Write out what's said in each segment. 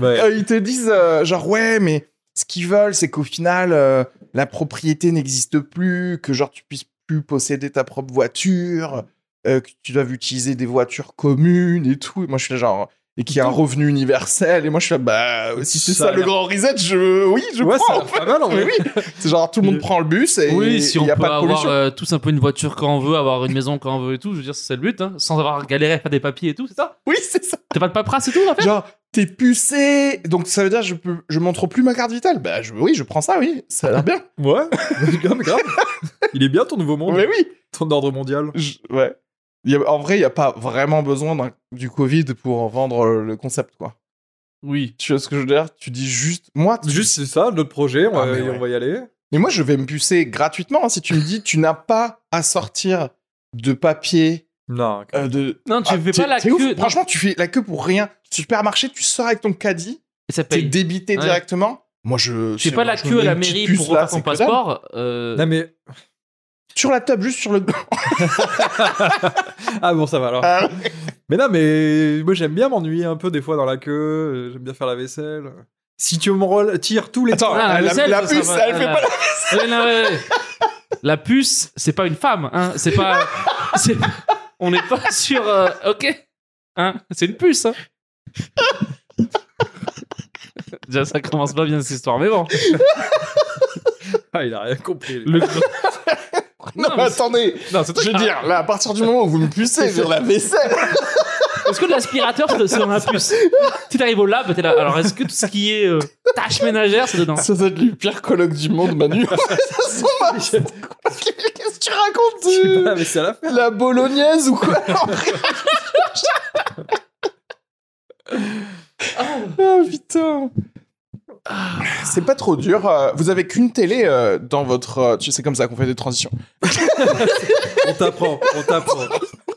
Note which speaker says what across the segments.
Speaker 1: Euh, ils te disent euh, genre ouais mais ce qu'ils veulent c'est qu'au final euh, la propriété n'existe plus que genre tu puisses plus posséder ta propre voiture euh, que tu doives utiliser des voitures communes et tout et moi je suis là genre et qu'il y a un revenu universel et moi je suis là bah si c'est
Speaker 2: Ça
Speaker 1: ça,
Speaker 2: a
Speaker 1: le
Speaker 2: l'air-
Speaker 1: grand reset je oui je
Speaker 2: ouais,
Speaker 1: prends
Speaker 2: ça a l'air pas mal, en
Speaker 1: Mais
Speaker 2: vrai.
Speaker 1: oui c'est genre tout le monde
Speaker 3: Le-
Speaker 1: prend le bus et
Speaker 3: Oui, si
Speaker 1: il
Speaker 3: on
Speaker 1: n'y
Speaker 3: peut
Speaker 1: a pas de
Speaker 3: avoir
Speaker 1: pollution
Speaker 3: euh, tous un peu une voiture quand on veut, avoir une maison quand on veut et tout, je veux dire, c'est le but, hein, sans avoir galéré à faire des papiers et tout, c'est ça
Speaker 1: oui c'est ça
Speaker 3: T'as pas de paperasse et tout, en fait
Speaker 1: genre t'es pucé donc ça veut dire je peux je montre plus ma carte vitale bah je- oui je prends ça oui ça a l'air bien
Speaker 2: Ouais, grave, grave. Il est bien ton nouveau monde,
Speaker 1: mais oui Ah,
Speaker 2: ton ordre mondial.
Speaker 1: Je- ouais. Il y a- en vrai, il n'y a pas vraiment besoin d'un- du Covid pour vendre euh, le concept, quoi.
Speaker 3: Oui.
Speaker 1: Tu vois ce que je veux dire Tu dis juste, moi, tu-
Speaker 2: Juste, c'est ça, notre projet, on,
Speaker 1: Ah,
Speaker 2: va,
Speaker 1: mais
Speaker 2: et on
Speaker 1: ouais.
Speaker 2: va y aller.
Speaker 1: Mais moi, je vais me pucer gratuitement hein, si tu me dis, tu n'as pas à sortir de papier,
Speaker 2: Non,
Speaker 1: euh, de.
Speaker 3: Non, tu
Speaker 1: Ah,
Speaker 3: fais
Speaker 1: t'es-
Speaker 3: pas la
Speaker 1: t'es
Speaker 3: queue.
Speaker 1: ouf.
Speaker 3: non.
Speaker 1: Franchement, tu fais la queue pour rien. Supermarché, tu sors avec ton caddie,
Speaker 3: Et ça
Speaker 1: t'es
Speaker 3: paye.
Speaker 1: débité
Speaker 3: Ouais.
Speaker 1: directement. Moi, je.
Speaker 3: Tu
Speaker 1: c'est-
Speaker 3: fais pas la
Speaker 1: je me
Speaker 3: queue à
Speaker 1: mets
Speaker 3: la
Speaker 1: une petite
Speaker 3: mairie
Speaker 1: puce,
Speaker 3: pour
Speaker 1: là,
Speaker 3: refaire
Speaker 1: c'est
Speaker 3: ton
Speaker 1: que dalle.
Speaker 3: passeport. euh,
Speaker 2: Non mais
Speaker 1: Sur la table, juste sur le.
Speaker 2: ah bon ça va alors.
Speaker 1: Ah,
Speaker 2: Mais non mais moi j'aime bien m'ennuyer un peu des fois dans la queue, euh, j'aime bien faire la vaisselle. Si tu me rel- tires tous les
Speaker 1: Attends,
Speaker 3: Ah,
Speaker 1: la,
Speaker 3: le sel,
Speaker 1: la
Speaker 3: ça
Speaker 1: puce,
Speaker 3: sera pas-
Speaker 1: elle fait
Speaker 3: ah,
Speaker 1: pas la.
Speaker 3: Ouais, non, ouais, ouais. La puce, c'est pas une femme, hein. C'est pas. c'est- On n'est pas sur. euh, Ok. Hein C'est une puce, hein. Déjà, ça commence pas bien cette histoire, mais bon.
Speaker 2: Ah, il a rien compris.
Speaker 3: Le-
Speaker 1: Non,
Speaker 3: Non,
Speaker 1: mais
Speaker 3: mais-
Speaker 1: attendez,
Speaker 3: Non, c'est toi
Speaker 1: je
Speaker 3: qui
Speaker 1: veux dire, là, à partir du moment où vous me pucez sur la vaisselle.
Speaker 3: Est-ce que l'aspirateur, c'est c'est dans la puce Tu t'arrives au lab, t'es là. Alors, est-ce que tout ce qui est euh, tâches ménagères, c'est dedans
Speaker 1: Ça doit être le pire colloque du monde, Manu. Ça m'a- Qu'est-ce que tu racontes
Speaker 2: Je sais
Speaker 1: tu-
Speaker 2: pas, mais c'est à la fin.
Speaker 1: La bolognaise ou quoi Ah, oh,
Speaker 4: Putain
Speaker 1: C'est pas trop dur. euh, Vous avez qu'une télé euh, dans votre. euh, tu- C'est comme ça qu'on fait des transitions.
Speaker 2: On t'apprend, on t'apprend.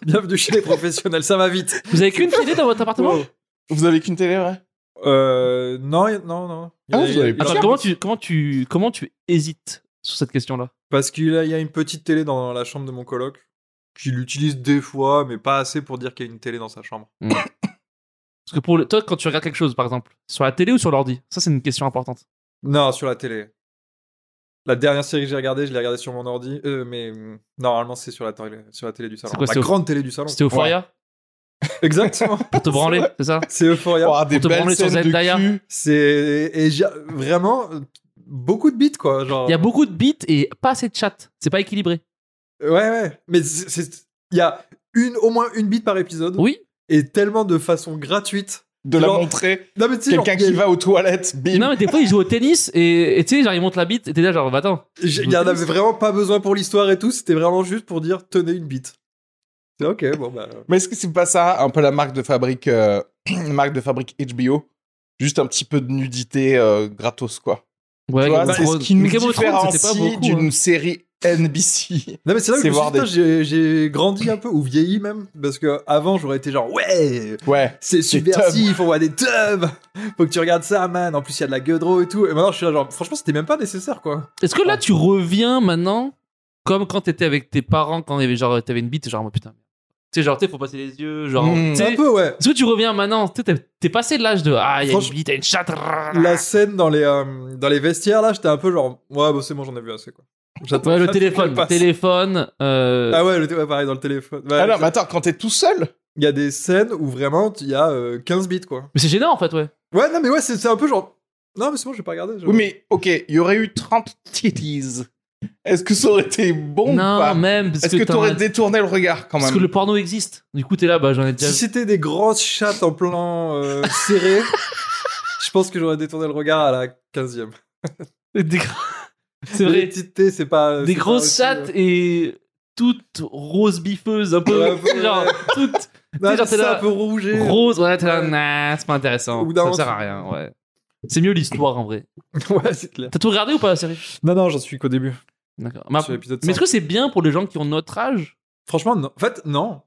Speaker 2: Bienvenue chez les professionnels, ça va vite.
Speaker 3: Vous avez qu'une télé dans votre appartement
Speaker 1: Vous avez qu'une télé, ouais
Speaker 2: Euh, non, y- non, non. Il y a-
Speaker 1: Ah, vous avez
Speaker 2: il y a-
Speaker 1: pas-
Speaker 3: Attends, comment tu, comment, tu, comment tu hésites sur cette question-là
Speaker 2: Parce qu'il a- il y a une petite télé dans la chambre de mon coloc qu'il utilise des fois, mais pas assez pour dire qu'il y a une télé dans sa chambre.
Speaker 3: Parce que pour le- toi, quand tu regardes quelque chose, par exemple, sur la télé ou sur l'ordi, ça c'est une question importante.
Speaker 2: Non, sur la télé. La dernière série que j'ai regardée, je l'ai regardée sur mon ordi, euh, mais hum, normalement c'est sur la télé, sur la télé du salon.
Speaker 3: C'est quoi,
Speaker 2: la
Speaker 3: c'est au-
Speaker 2: grande télé du salon.
Speaker 3: C'était Euphoria
Speaker 2: Exactement.
Speaker 3: pour te branler, c'est ça
Speaker 2: c'est Euphoria.
Speaker 1: Oh, des
Speaker 3: te branler sur Zendaya.
Speaker 1: cul.
Speaker 2: C'est et j'ai- vraiment euh, beaucoup de bits quoi, genre.
Speaker 3: Il y a beaucoup de bits et pas assez de chat. C'est pas équilibré.
Speaker 2: euh, Ouais ouais, mais c'est- c'est il y a une au moins une bite par épisode
Speaker 3: Oui
Speaker 2: et tellement de façon gratuite.
Speaker 1: De la
Speaker 2: Genre-
Speaker 1: montrer.
Speaker 2: Non mais tu sais,
Speaker 1: Quelqu'un
Speaker 2: genre, il y a-
Speaker 1: qui va aux toilettes, bim.
Speaker 3: Non, mais des fois, ils jouent au tennis et et tu sais, genre, ils montent la bite et t'es là, genre, bah attends.
Speaker 2: J'ai- Il y en avait vraiment pas besoin pour l'histoire et tout, c'était vraiment juste pour dire tenez une bite. C'est ok, bon bah.
Speaker 1: Mais est-ce que c'est pas ça un peu la marque de fabrique, euh, marque de fabrique HBO Juste un petit peu de nudité euh, gratos, quoi.
Speaker 3: Ouais,
Speaker 1: Tu vois,
Speaker 3: Game of
Speaker 1: c'est ce
Speaker 3: Thrones.
Speaker 1: qui nous
Speaker 3: Mais Game of Thrones, c'était pas
Speaker 1: différencie
Speaker 3: beaucoup.
Speaker 1: d'une
Speaker 3: hein.
Speaker 1: série NBC.
Speaker 2: Non mais c'est
Speaker 1: C'est
Speaker 2: là que je me suis
Speaker 1: voir
Speaker 2: dit, putain, j'ai- j'ai grandi un peu, ou vieilli même, parce que avant j'aurais été genre ouais,
Speaker 1: Ouais.
Speaker 2: c'est
Speaker 1: tubs.
Speaker 2: subversif, on voit des tubs, faut que tu regardes ça man, en plus il y a de la gueudreau et tout, et maintenant je suis là genre franchement c'était même pas nécessaire quoi.
Speaker 3: Est-ce que là, tu reviens maintenant comme quand t'étais avec tes parents, quand il y avait, genre, t'avais une bite, genre, oh, putain. Tu sais, genre, tu sais, faut passer les yeux, genre.
Speaker 1: Mmh.
Speaker 3: tu
Speaker 2: C'est
Speaker 3: sais.
Speaker 2: Hmm. un peu ouais.
Speaker 3: Est-ce que tu reviens maintenant Tu sais, T'es t'es passé de l'âge de Ah, il y a une
Speaker 2: Franchement-
Speaker 3: bite, il y a une chatte.
Speaker 2: La scène dans les, euh, dans les vestiaires là, j'étais un peu genre ouais, bon c'est bon j'en ai vu assez quoi. J'attends-
Speaker 3: Ouais, le
Speaker 2: j'attends qu'elle
Speaker 3: téléphone.
Speaker 2: passe.
Speaker 3: Téléphone. euh,
Speaker 2: Ah ouais, le t- ouais, pareil dans le téléphone. Ouais,
Speaker 1: Ah non, mais attends, quand t'es tout seul
Speaker 2: Il y a des scènes où vraiment il y a euh, 15 bits quoi.
Speaker 3: Mais c'est gênant en fait, ouais.
Speaker 2: Ouais, non, mais ouais, c'est c'est un peu genre. Non, mais c'est bon, je vais pas regarder. je-
Speaker 1: Oui, mais ok, il y aurait eu 30 titties. Est-ce que ça aurait été
Speaker 2: Oh,
Speaker 1: bon ou
Speaker 3: non,
Speaker 2: bah,
Speaker 1: pas
Speaker 3: même. Parce
Speaker 1: Est-ce que
Speaker 3: t'en as-
Speaker 1: t'aurais détourné le regard quand
Speaker 3: Parce
Speaker 1: même
Speaker 3: que le porno existe. Du coup, t'es là, bah j'en ai déjà
Speaker 2: Si
Speaker 3: vu.
Speaker 2: c'était des grosses chattes en plan euh, serré, je pense que j'aurais détourné le regard à la 15ème.
Speaker 3: Des gros- C'est
Speaker 2: Les
Speaker 3: vrai.
Speaker 2: petites thés, c'est pas.
Speaker 3: Des
Speaker 2: c'est pas
Speaker 3: grosses
Speaker 2: aussi,
Speaker 3: chattes
Speaker 2: euh,
Speaker 3: et toutes roses biffeuses, un peu.
Speaker 2: Ouais, ouais.
Speaker 3: genre, toutes
Speaker 2: Non,
Speaker 3: genre,
Speaker 2: genre,
Speaker 3: t'es là-
Speaker 2: un peu rouge et-
Speaker 3: roses. Ouais, t'es là,
Speaker 2: Ouais.
Speaker 3: nah, Ah, c'est pas intéressant.
Speaker 2: Au bout d'un
Speaker 3: Ça me
Speaker 2: moment,
Speaker 3: sert à
Speaker 2: tu-
Speaker 3: rien, ouais. C'est mieux l'histoire en vrai.
Speaker 2: ouais, c'est clair.
Speaker 3: T'as tout regardé ou pas la série
Speaker 2: Non, non, j'en suis qu'au début.
Speaker 3: D'accord. Mais,
Speaker 2: Sur l'épisode
Speaker 3: Ah, mais est-ce
Speaker 2: 100.
Speaker 3: que c'est bien pour les gens qui ont notre âge
Speaker 2: Franchement, non. En fait, non.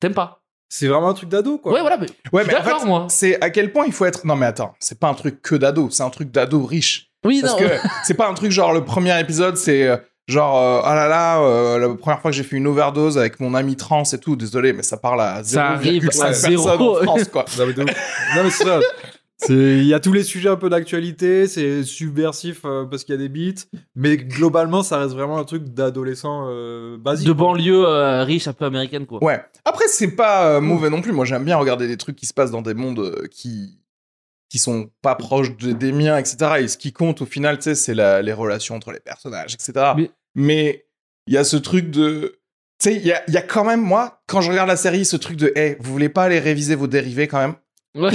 Speaker 3: T'aimes pas
Speaker 2: C'est vraiment un truc d'ado, quoi.
Speaker 3: Ouais, voilà. Mais...
Speaker 1: Ouais,
Speaker 3: Je
Speaker 1: mais
Speaker 3: suis
Speaker 1: en
Speaker 3: d'accord,
Speaker 1: fait,
Speaker 3: moi.
Speaker 1: c'est à quel point il faut être. Non, mais attends, c'est pas un truc que d'ado, c'est un truc d'ado riche.
Speaker 3: Oui,
Speaker 1: Parce
Speaker 3: non.
Speaker 1: que c'est pas un truc genre le premier épisode, c'est euh, genre euh, ah là là, euh, la première fois que j'ai fait une overdose avec mon ami trans et tout, désolé, mais ça parle à
Speaker 3: arrive
Speaker 1: 0,5
Speaker 3: à
Speaker 1: personnes
Speaker 3: zéro.
Speaker 1: en France, quoi.
Speaker 2: Non, mais, de ouf. Non, mais c'est ça. C'est- Il y a tous les sujets un peu d'actualité, c'est subversif euh, parce qu'il y a des beats, mais globalement, ça reste vraiment un truc d'adolescent euh, basique.
Speaker 3: De banlieue euh, riche, un peu américaine, quoi.
Speaker 1: Ouais. Après, c'est pas euh, mauvais non plus. Moi, j'aime bien regarder des trucs qui se passent dans des mondes euh, qui qui sont pas proches de- des miens, etc. Et ce qui compte au final, tu sais, c'est la- les relations entre les personnages, etc.
Speaker 3: Mais-
Speaker 1: Mais il y a ce truc de, tu sais, il y a, il y a quand même moi quand je regarde la série, ce truc de, hey, vous voulez pas aller réviser vos dérivés quand même
Speaker 3: Ouais.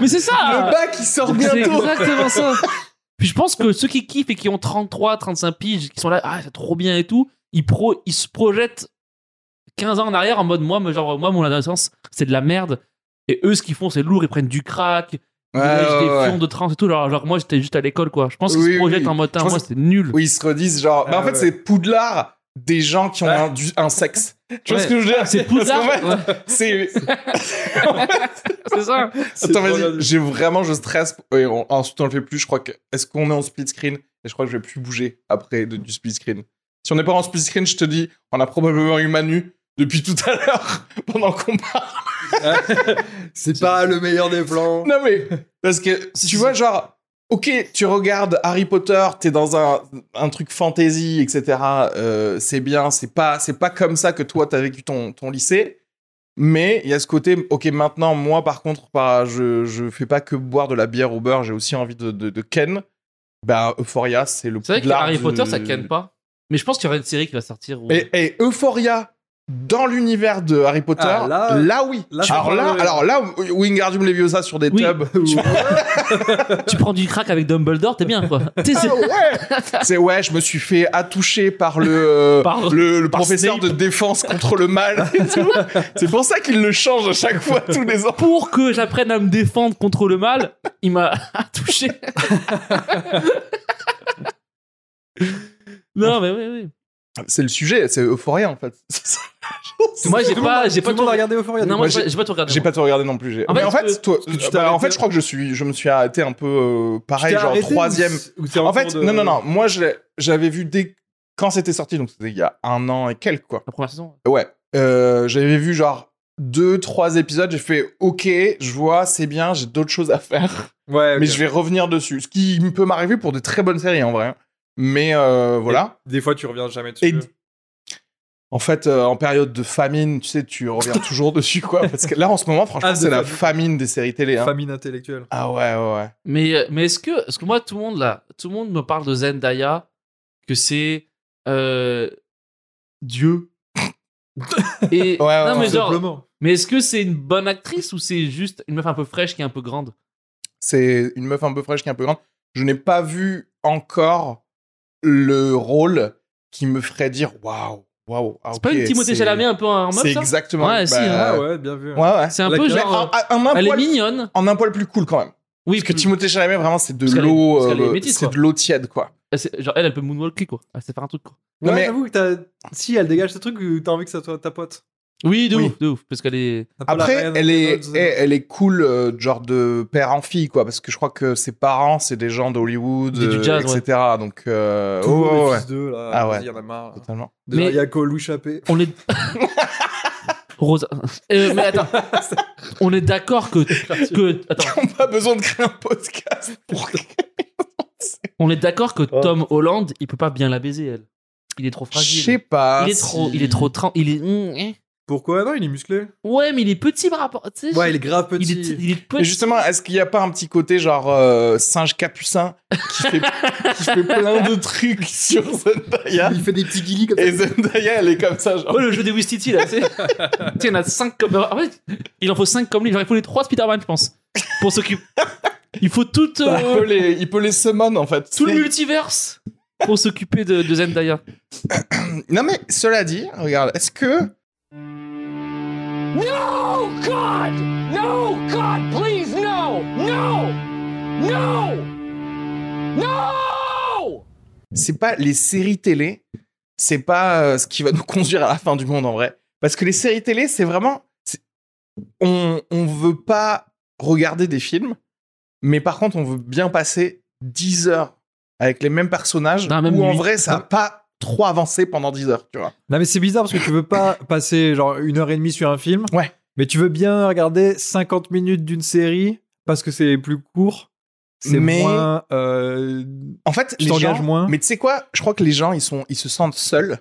Speaker 3: mais c'est ça
Speaker 1: Le bac il sort
Speaker 3: Ah. C'est
Speaker 1: bientôt.
Speaker 3: exactement ça. Puis je pense que ceux qui kiffent et qui ont 33, 35 piges, qui sont là, ah, c'est trop bien et tout, ils, pro, ils se projettent 15 ans en arrière en mode, moi, me- genre, moi, mon adolescence, c'est de la merde. Et eux, ce qu'ils font, c'est lourd, ils prennent du crack, ils
Speaker 1: Ouais,
Speaker 3: lèchent
Speaker 1: ouais,
Speaker 3: des
Speaker 1: ouais.
Speaker 3: fions de trans et tout. Alors, genre, moi, j'étais juste à l'école, quoi. Je pense qu'ils
Speaker 1: Oui,
Speaker 3: se projettent
Speaker 1: oui.
Speaker 3: en mode,
Speaker 1: Je
Speaker 3: ah,
Speaker 1: pense
Speaker 3: moi,
Speaker 1: que-
Speaker 3: c'est nul.
Speaker 1: Oui, ils se redisent genre. bah,
Speaker 2: Ah
Speaker 1: en fait,
Speaker 2: ouais.
Speaker 1: c'est Poudlard des gens qui ont
Speaker 2: Ah.
Speaker 1: un, du- un sexe. Tu vois
Speaker 3: Ouais.
Speaker 1: ce que je veux dire
Speaker 3: C'est
Speaker 1: Parce qu'en
Speaker 3: Poudlard,
Speaker 1: fait,
Speaker 3: ouais,
Speaker 1: C'est.
Speaker 3: c'est ça.
Speaker 2: C'est
Speaker 1: Attends,
Speaker 2: trop bien
Speaker 1: vas-y.
Speaker 2: dit.
Speaker 1: J'ai vraiment, je stresse. Et on- ensuite, on le fait plus. Je crois que. Est-ce qu'on est en split screen Et je crois que je vais plus bouger après de- du split screen. Si on n'est pas en split screen, je te dis, on a probablement eu Manu depuis tout à l'heure pendant qu'on parle.
Speaker 2: C'est pas le meilleur des plans.
Speaker 1: Non mais parce que tu vois genre ok tu regardes Harry Potter t'es dans un, un truc fantasy etc euh, c'est bien c'est pas c'est pas comme ça que toi t'as vécu ton ton lycée mais il y a ce côté ok maintenant moi par contre par, je je fais pas que boire de la bière au beurre j'ai aussi envie de de, de ken bah Euphoria c'est le
Speaker 3: C'est vrai que
Speaker 1: poudlard
Speaker 3: Harry
Speaker 1: de-
Speaker 3: Potter, ça canne pas. Mais je pense qu'il y aura une série qui va sortir. où-
Speaker 1: et, et Euphoria dans l'univers de Harry Potter,
Speaker 2: Ah,
Speaker 1: là,
Speaker 2: là-
Speaker 1: oui.
Speaker 2: là, je
Speaker 1: alors,
Speaker 2: suis
Speaker 1: là,
Speaker 2: pas-
Speaker 1: alors là, Wingardium Leviosa sur des
Speaker 3: Oui.
Speaker 1: tubs.
Speaker 3: tu prends du crack avec Dumbledore, t'es bien, quoi. Tu sais, c'est-
Speaker 1: Ah ouais C'est ouais, je me suis fait attoucher par le, euh,
Speaker 3: Par-
Speaker 1: le, le
Speaker 3: par
Speaker 1: professeur
Speaker 3: Snape.
Speaker 1: de défense contre le mal et tout. C'est pour ça qu'il le change à chaque fois, tous les ans.
Speaker 3: Pour que j'apprenne à me défendre contre le mal, il m'a touché. non, mais oui, oui.
Speaker 1: C'est le sujet, c'est Euphoria en fait.
Speaker 3: Moi, j'ai
Speaker 2: Tout le
Speaker 3: pas,
Speaker 2: monde-
Speaker 3: j'ai pas
Speaker 2: tout. le monde a regardé Euphoria.
Speaker 3: Non,
Speaker 2: donc.
Speaker 3: moi,
Speaker 1: Moi,
Speaker 3: j'ai pas- j'ai pas tout regardé.
Speaker 1: J'ai
Speaker 3: moi.
Speaker 1: pas tout regardé non plus. j'ai-
Speaker 3: En
Speaker 1: mais
Speaker 3: fait,
Speaker 1: en
Speaker 3: parce
Speaker 1: fait, toi,
Speaker 2: que tu t'es
Speaker 1: bah, en
Speaker 2: arrêté
Speaker 1: fait, je crois que je suis, je me suis arrêté un peu euh,
Speaker 2: Tu t'es
Speaker 1: pareil, genre
Speaker 2: arrêté ou
Speaker 1: troisième.
Speaker 2: c'est- ou c'est
Speaker 1: En fait,
Speaker 2: cours de-
Speaker 1: non, non, non. Moi, je l'ai- j'avais vu dès quand c'était sorti, donc c'était il y a un an et quelques quoi.
Speaker 3: La première saison.
Speaker 1: Ouais. Euh, j'avais vu genre deux, trois épisodes. J'ai fait OK, je vois, c'est bien. J'ai d'autres choses à faire,
Speaker 3: Ah,
Speaker 2: Ouais,
Speaker 1: mais
Speaker 2: ok.
Speaker 1: je vais revenir dessus. Ce qui peut m'arriver pour des très bonnes séries en vrai. hein. Mais euh, voilà.
Speaker 2: Des fois, tu reviens jamais dessus.
Speaker 1: Et en fait, euh, en période de famine, tu sais, tu reviens toujours dessus, quoi. Parce que là, en ce moment, franchement,
Speaker 2: Ah, de
Speaker 1: c'est la
Speaker 2: famine.
Speaker 1: famine des séries télé. hein.
Speaker 2: Famine intellectuelle.
Speaker 1: Ah ouais, ouais, ouais.
Speaker 3: Mais, euh, mais est-ce que, parce que moi, tout le monde là, tout le monde me parle de Zendaya, que c'est euh, Dieu. Et,
Speaker 1: Ouais, ouais,
Speaker 3: non, mais
Speaker 1: ouais.
Speaker 3: genre,
Speaker 2: Simplement.
Speaker 3: mais est-ce que c'est une bonne actrice ou c'est juste une meuf un peu fraîche qui est un peu grande
Speaker 1: C'est une meuf un peu fraîche qui est un peu grande. Je n'ai pas vu encore le rôle qui me ferait dire waouh, waouh. ah,
Speaker 3: C'est pas
Speaker 1: ok,
Speaker 3: une Timothée
Speaker 1: c'est-
Speaker 3: Chalamet un peu en meuf
Speaker 1: C'est
Speaker 3: ça
Speaker 1: exactement. Bah,
Speaker 3: Ouais, si, hein.
Speaker 2: Ah ouais, bien vu.
Speaker 1: ouais, ouais.
Speaker 3: C'est un
Speaker 2: La
Speaker 3: peu
Speaker 2: classe.
Speaker 1: Mais
Speaker 3: genre. euh,
Speaker 1: en- en- en Ah, un
Speaker 3: elle est
Speaker 1: poil-
Speaker 3: mignonne.
Speaker 1: en un poil plus cool quand même.
Speaker 3: Oui,
Speaker 1: Parce que
Speaker 3: plus-
Speaker 1: Timothée Chalamet, vraiment, c'est de
Speaker 3: Mm. Parce qu'elle est-
Speaker 1: l'eau.
Speaker 3: parce qu'elle est
Speaker 1: euh,
Speaker 3: métisse,
Speaker 1: C'est
Speaker 3: quoi.
Speaker 1: de l'eau tiède, quoi.
Speaker 3: elle, Ah, c'est- genre, elle, elle peut moonwalker quoi. Elle sait faire un truc quoi.
Speaker 2: Ouais,
Speaker 1: Non, mais-
Speaker 2: j'avoue que t'as- si elle dégage ce truc, que t'as envie que ça soit ta pote.
Speaker 3: Oui, de
Speaker 1: Oui.
Speaker 3: ouf, de ouf. Parce qu'elle est.
Speaker 2: Un peu la
Speaker 1: Après,
Speaker 2: Ryan
Speaker 1: elle est, eh,
Speaker 2: Reynolds.
Speaker 1: elle, elle est cool, euh, genre de père en fille, quoi, parce que je crois que ses parents, c'est des gens d'Hollywood,
Speaker 3: Des- du
Speaker 1: euh,
Speaker 3: jazz, ouais.
Speaker 1: etc. Donc, euh,
Speaker 2: Tous
Speaker 1: oh,
Speaker 2: les
Speaker 1: ouais,
Speaker 2: fils d'eux, là.
Speaker 1: Ah
Speaker 2: vas-y,
Speaker 1: ouais.
Speaker 2: y en a marre.
Speaker 1: totalement.
Speaker 2: Déjà,
Speaker 3: Mais-
Speaker 2: il y a que Louis Chappé.
Speaker 3: On est. Rosa. Euh, mais attends. On est d'accord que, que. Attends.
Speaker 1: On n'a pas besoin de créer un podcast pour.
Speaker 3: On est d'accord que
Speaker 2: Oh.
Speaker 3: Tom Holland, il peut pas bien la baiser, elle. Il est trop
Speaker 1: Je
Speaker 3: fragile.
Speaker 1: sais pas.
Speaker 3: il, est
Speaker 1: si-
Speaker 3: trop, il est trop tran- Il est. mm, eh.
Speaker 2: Pourquoi Non, il est musclé.
Speaker 3: Ouais, mais il est petit par rapport. tu sais,
Speaker 2: Ouais, il est grave
Speaker 3: il
Speaker 2: petit.
Speaker 3: est, il est
Speaker 1: Mais
Speaker 3: petit.
Speaker 1: justement, est-ce qu'il n'y a pas un petit côté genre euh, singe capucin qui fait, qui fait plein de trucs sur Zendaya
Speaker 2: Il fait des petits guillis comme ça.
Speaker 1: Et Zendaya, elle est comme ça, genre.
Speaker 3: Oh, le jeu des Wistiti, là, tu sais. Tiens, il y en a 5 comme. En fait, il en faut 5 comme lui. Genre, il faut les 3 Spider-Man, je pense. Pour s'occuper. Il faut tout, euh,
Speaker 1: Il peut les, il peut les summon en fait.
Speaker 3: tout le
Speaker 1: C'est-
Speaker 3: multiverse pour s'occuper de, de Zendaya.
Speaker 1: Non mais cela dit, regarde, est-ce que c'est pas les séries télé, c'est pas euh, ce qui va nous conduire à la fin du monde en vrai. Parce que les séries télé, c'est vraiment. c'est- On, on veut pas regarder des films, mais par contre, on veut bien passer 10 heures avec les mêmes personnages,
Speaker 3: Dans la même
Speaker 1: où en
Speaker 3: nuit.
Speaker 1: vrai, ça n'a pas trop avancé pendant 10 heures, tu vois.
Speaker 2: Non, mais c'est bizarre parce que tu veux pas passer genre une heure et demie sur un film.
Speaker 1: Ouais.
Speaker 2: Mais tu veux bien regarder 50 minutes d'une série parce que c'est plus court. C'est
Speaker 1: Mais-
Speaker 2: moins. euh,
Speaker 1: En fait,
Speaker 2: Tu
Speaker 1: les
Speaker 2: t'engages
Speaker 1: gens-
Speaker 2: moins.
Speaker 1: Mais tu sais quoi Je crois que les gens, ils, sont, ils se sentent seuls.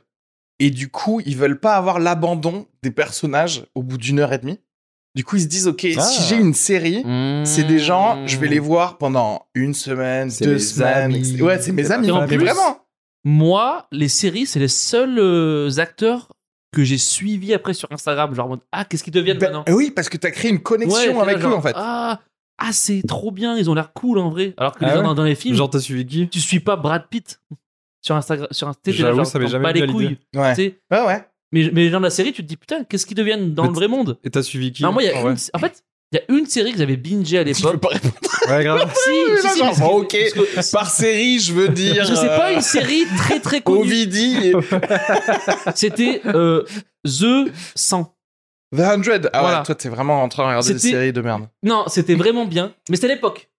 Speaker 1: Et du coup, ils veulent pas avoir l'abandon des personnages au bout d'une heure et demie. Du coup, ils se disent, OK,
Speaker 2: Ah.
Speaker 1: si j'ai une série, c'est des gens, je vais
Speaker 3: Mmh.
Speaker 1: les voir pendant une semaine,
Speaker 2: C'est
Speaker 1: deux
Speaker 2: mes
Speaker 1: semaines.
Speaker 2: amis.
Speaker 1: etc. Ouais, c'est mes
Speaker 2: Et
Speaker 1: amis.
Speaker 3: en
Speaker 1: mais
Speaker 3: plus-
Speaker 1: vraiment.
Speaker 2: Hmm.
Speaker 3: Moi, les séries, c'est les seuls euh, acteurs que j'ai suivis après sur Instagram. Genre, en mode, ah, qu'est-ce qu'ils deviennent
Speaker 1: Ben,
Speaker 3: maintenant
Speaker 1: oui, parce que tu as créé une connexion
Speaker 3: Ouais, t'es là,
Speaker 1: avec eux,
Speaker 3: genre,
Speaker 1: en fait.
Speaker 3: Ah, ah, c'est trop bien, ils ont l'air cool en vrai. Alors que les
Speaker 2: Ah
Speaker 3: gens
Speaker 2: ouais
Speaker 3: dans, dans les films,
Speaker 2: Genre, t'as suivi qui
Speaker 3: tu suis pas Brad Pitt sur Instagram, sur un t'es là,
Speaker 2: J'avoue,
Speaker 3: genre,
Speaker 2: ça m'est
Speaker 3: t'en
Speaker 2: jamais
Speaker 3: bats
Speaker 2: venu
Speaker 3: les
Speaker 2: à
Speaker 3: couilles.
Speaker 2: l'idée.
Speaker 1: Ouais.
Speaker 3: tu sais.
Speaker 1: Ouais, ouais.
Speaker 3: Mais, mais dans la série, tu te dis putain, qu'est-ce qu'ils deviennent dans
Speaker 2: Mais
Speaker 3: le
Speaker 2: t-
Speaker 3: vrai monde
Speaker 2: Et t'as suivi qui
Speaker 3: Non, moi, il y a
Speaker 2: en
Speaker 3: une-
Speaker 2: vrai
Speaker 3: en fait, il y a une série que j'avais bingée à
Speaker 1: Tu veux
Speaker 3: l'époque.
Speaker 1: pas répondre
Speaker 2: Ouais, grave.
Speaker 3: si, si, si,
Speaker 1: là,
Speaker 3: parce
Speaker 1: genre,
Speaker 3: que-
Speaker 1: bon, ok,
Speaker 3: parce que-
Speaker 1: Par série, je veux dire.
Speaker 3: parce que c'est pas
Speaker 1: euh,
Speaker 3: une série très très connue.
Speaker 1: Ovidi et
Speaker 3: C'était euh, The 100.
Speaker 1: The 100. Ah
Speaker 3: Voilà.
Speaker 1: ouais, toi, t'es vraiment en train de regarder des
Speaker 3: C'était-
Speaker 1: séries de merde.
Speaker 3: Non, c'était vraiment bien, mais c'était à l'époque.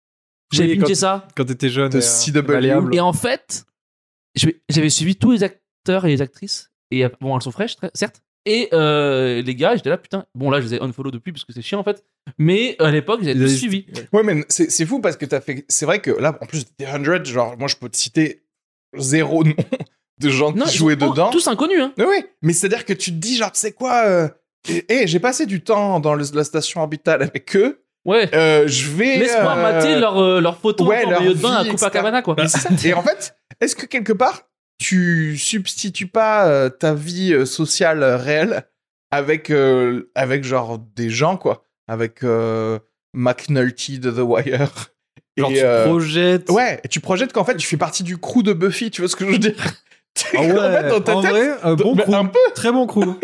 Speaker 3: J'avais
Speaker 2: Oui,
Speaker 3: pingé
Speaker 2: quand-
Speaker 3: ça.
Speaker 2: Quand t'étais jeune.
Speaker 1: De
Speaker 2: et, euh,
Speaker 1: CW.
Speaker 2: malléable.
Speaker 3: Et en fait, je- j'avais suivi tous les acteurs et les actrices. Et euh, bon, elles sont fraîches, très- certes. Et euh, les gars, j'étais là, putain. Bon, là, je les ai unfollow depuis parce que c'est chiant en fait. Mais euh, à l'époque, j'avais
Speaker 2: Ils
Speaker 3: tout
Speaker 2: avaient-
Speaker 3: suivi.
Speaker 1: Ouais, mais c'est c'est fou parce que t'as fait. C'est vrai que là, en plus, des 100, genre, moi, je peux te citer zéro nom de gens
Speaker 3: Non,
Speaker 1: qui
Speaker 3: ils
Speaker 1: jouaient
Speaker 3: sont- oh,
Speaker 1: dedans.
Speaker 3: Tous inconnus, hein.
Speaker 1: Oui, oui, mais c'est-à-dire que tu te dis, genre, tu sais quoi euh, eh, eh, j'ai passé du temps dans le- la station orbitale avec eux.
Speaker 3: Ouais.
Speaker 1: euh, je vais.
Speaker 3: Laisse-moi
Speaker 1: euh,
Speaker 3: mater leurs euh, leurs photos
Speaker 1: ouais,
Speaker 3: en
Speaker 1: leur
Speaker 3: maillot de bain
Speaker 1: vie, Bah,
Speaker 3: à Copacabana, quoi.
Speaker 1: Mais c'est ça. Et en fait, est-ce que quelque part, tu substitues pas euh, ta vie euh, sociale euh, réelle avec, euh, avec genre des gens, quoi. Avec euh, McNulty de The Wire.
Speaker 2: Genre,
Speaker 1: Et,
Speaker 2: tu
Speaker 1: euh,
Speaker 2: projettes.
Speaker 1: Ouais, et tu projettes qu'en fait, tu fais partie du crew de Buffy, tu vois ce que je veux dire T'es
Speaker 2: Ah
Speaker 1: qu'en fait, dans
Speaker 2: ouais,
Speaker 1: ta
Speaker 2: en
Speaker 1: tête,
Speaker 2: vrai, un bon
Speaker 1: Mais
Speaker 2: crew.
Speaker 1: un
Speaker 2: Très bon crew.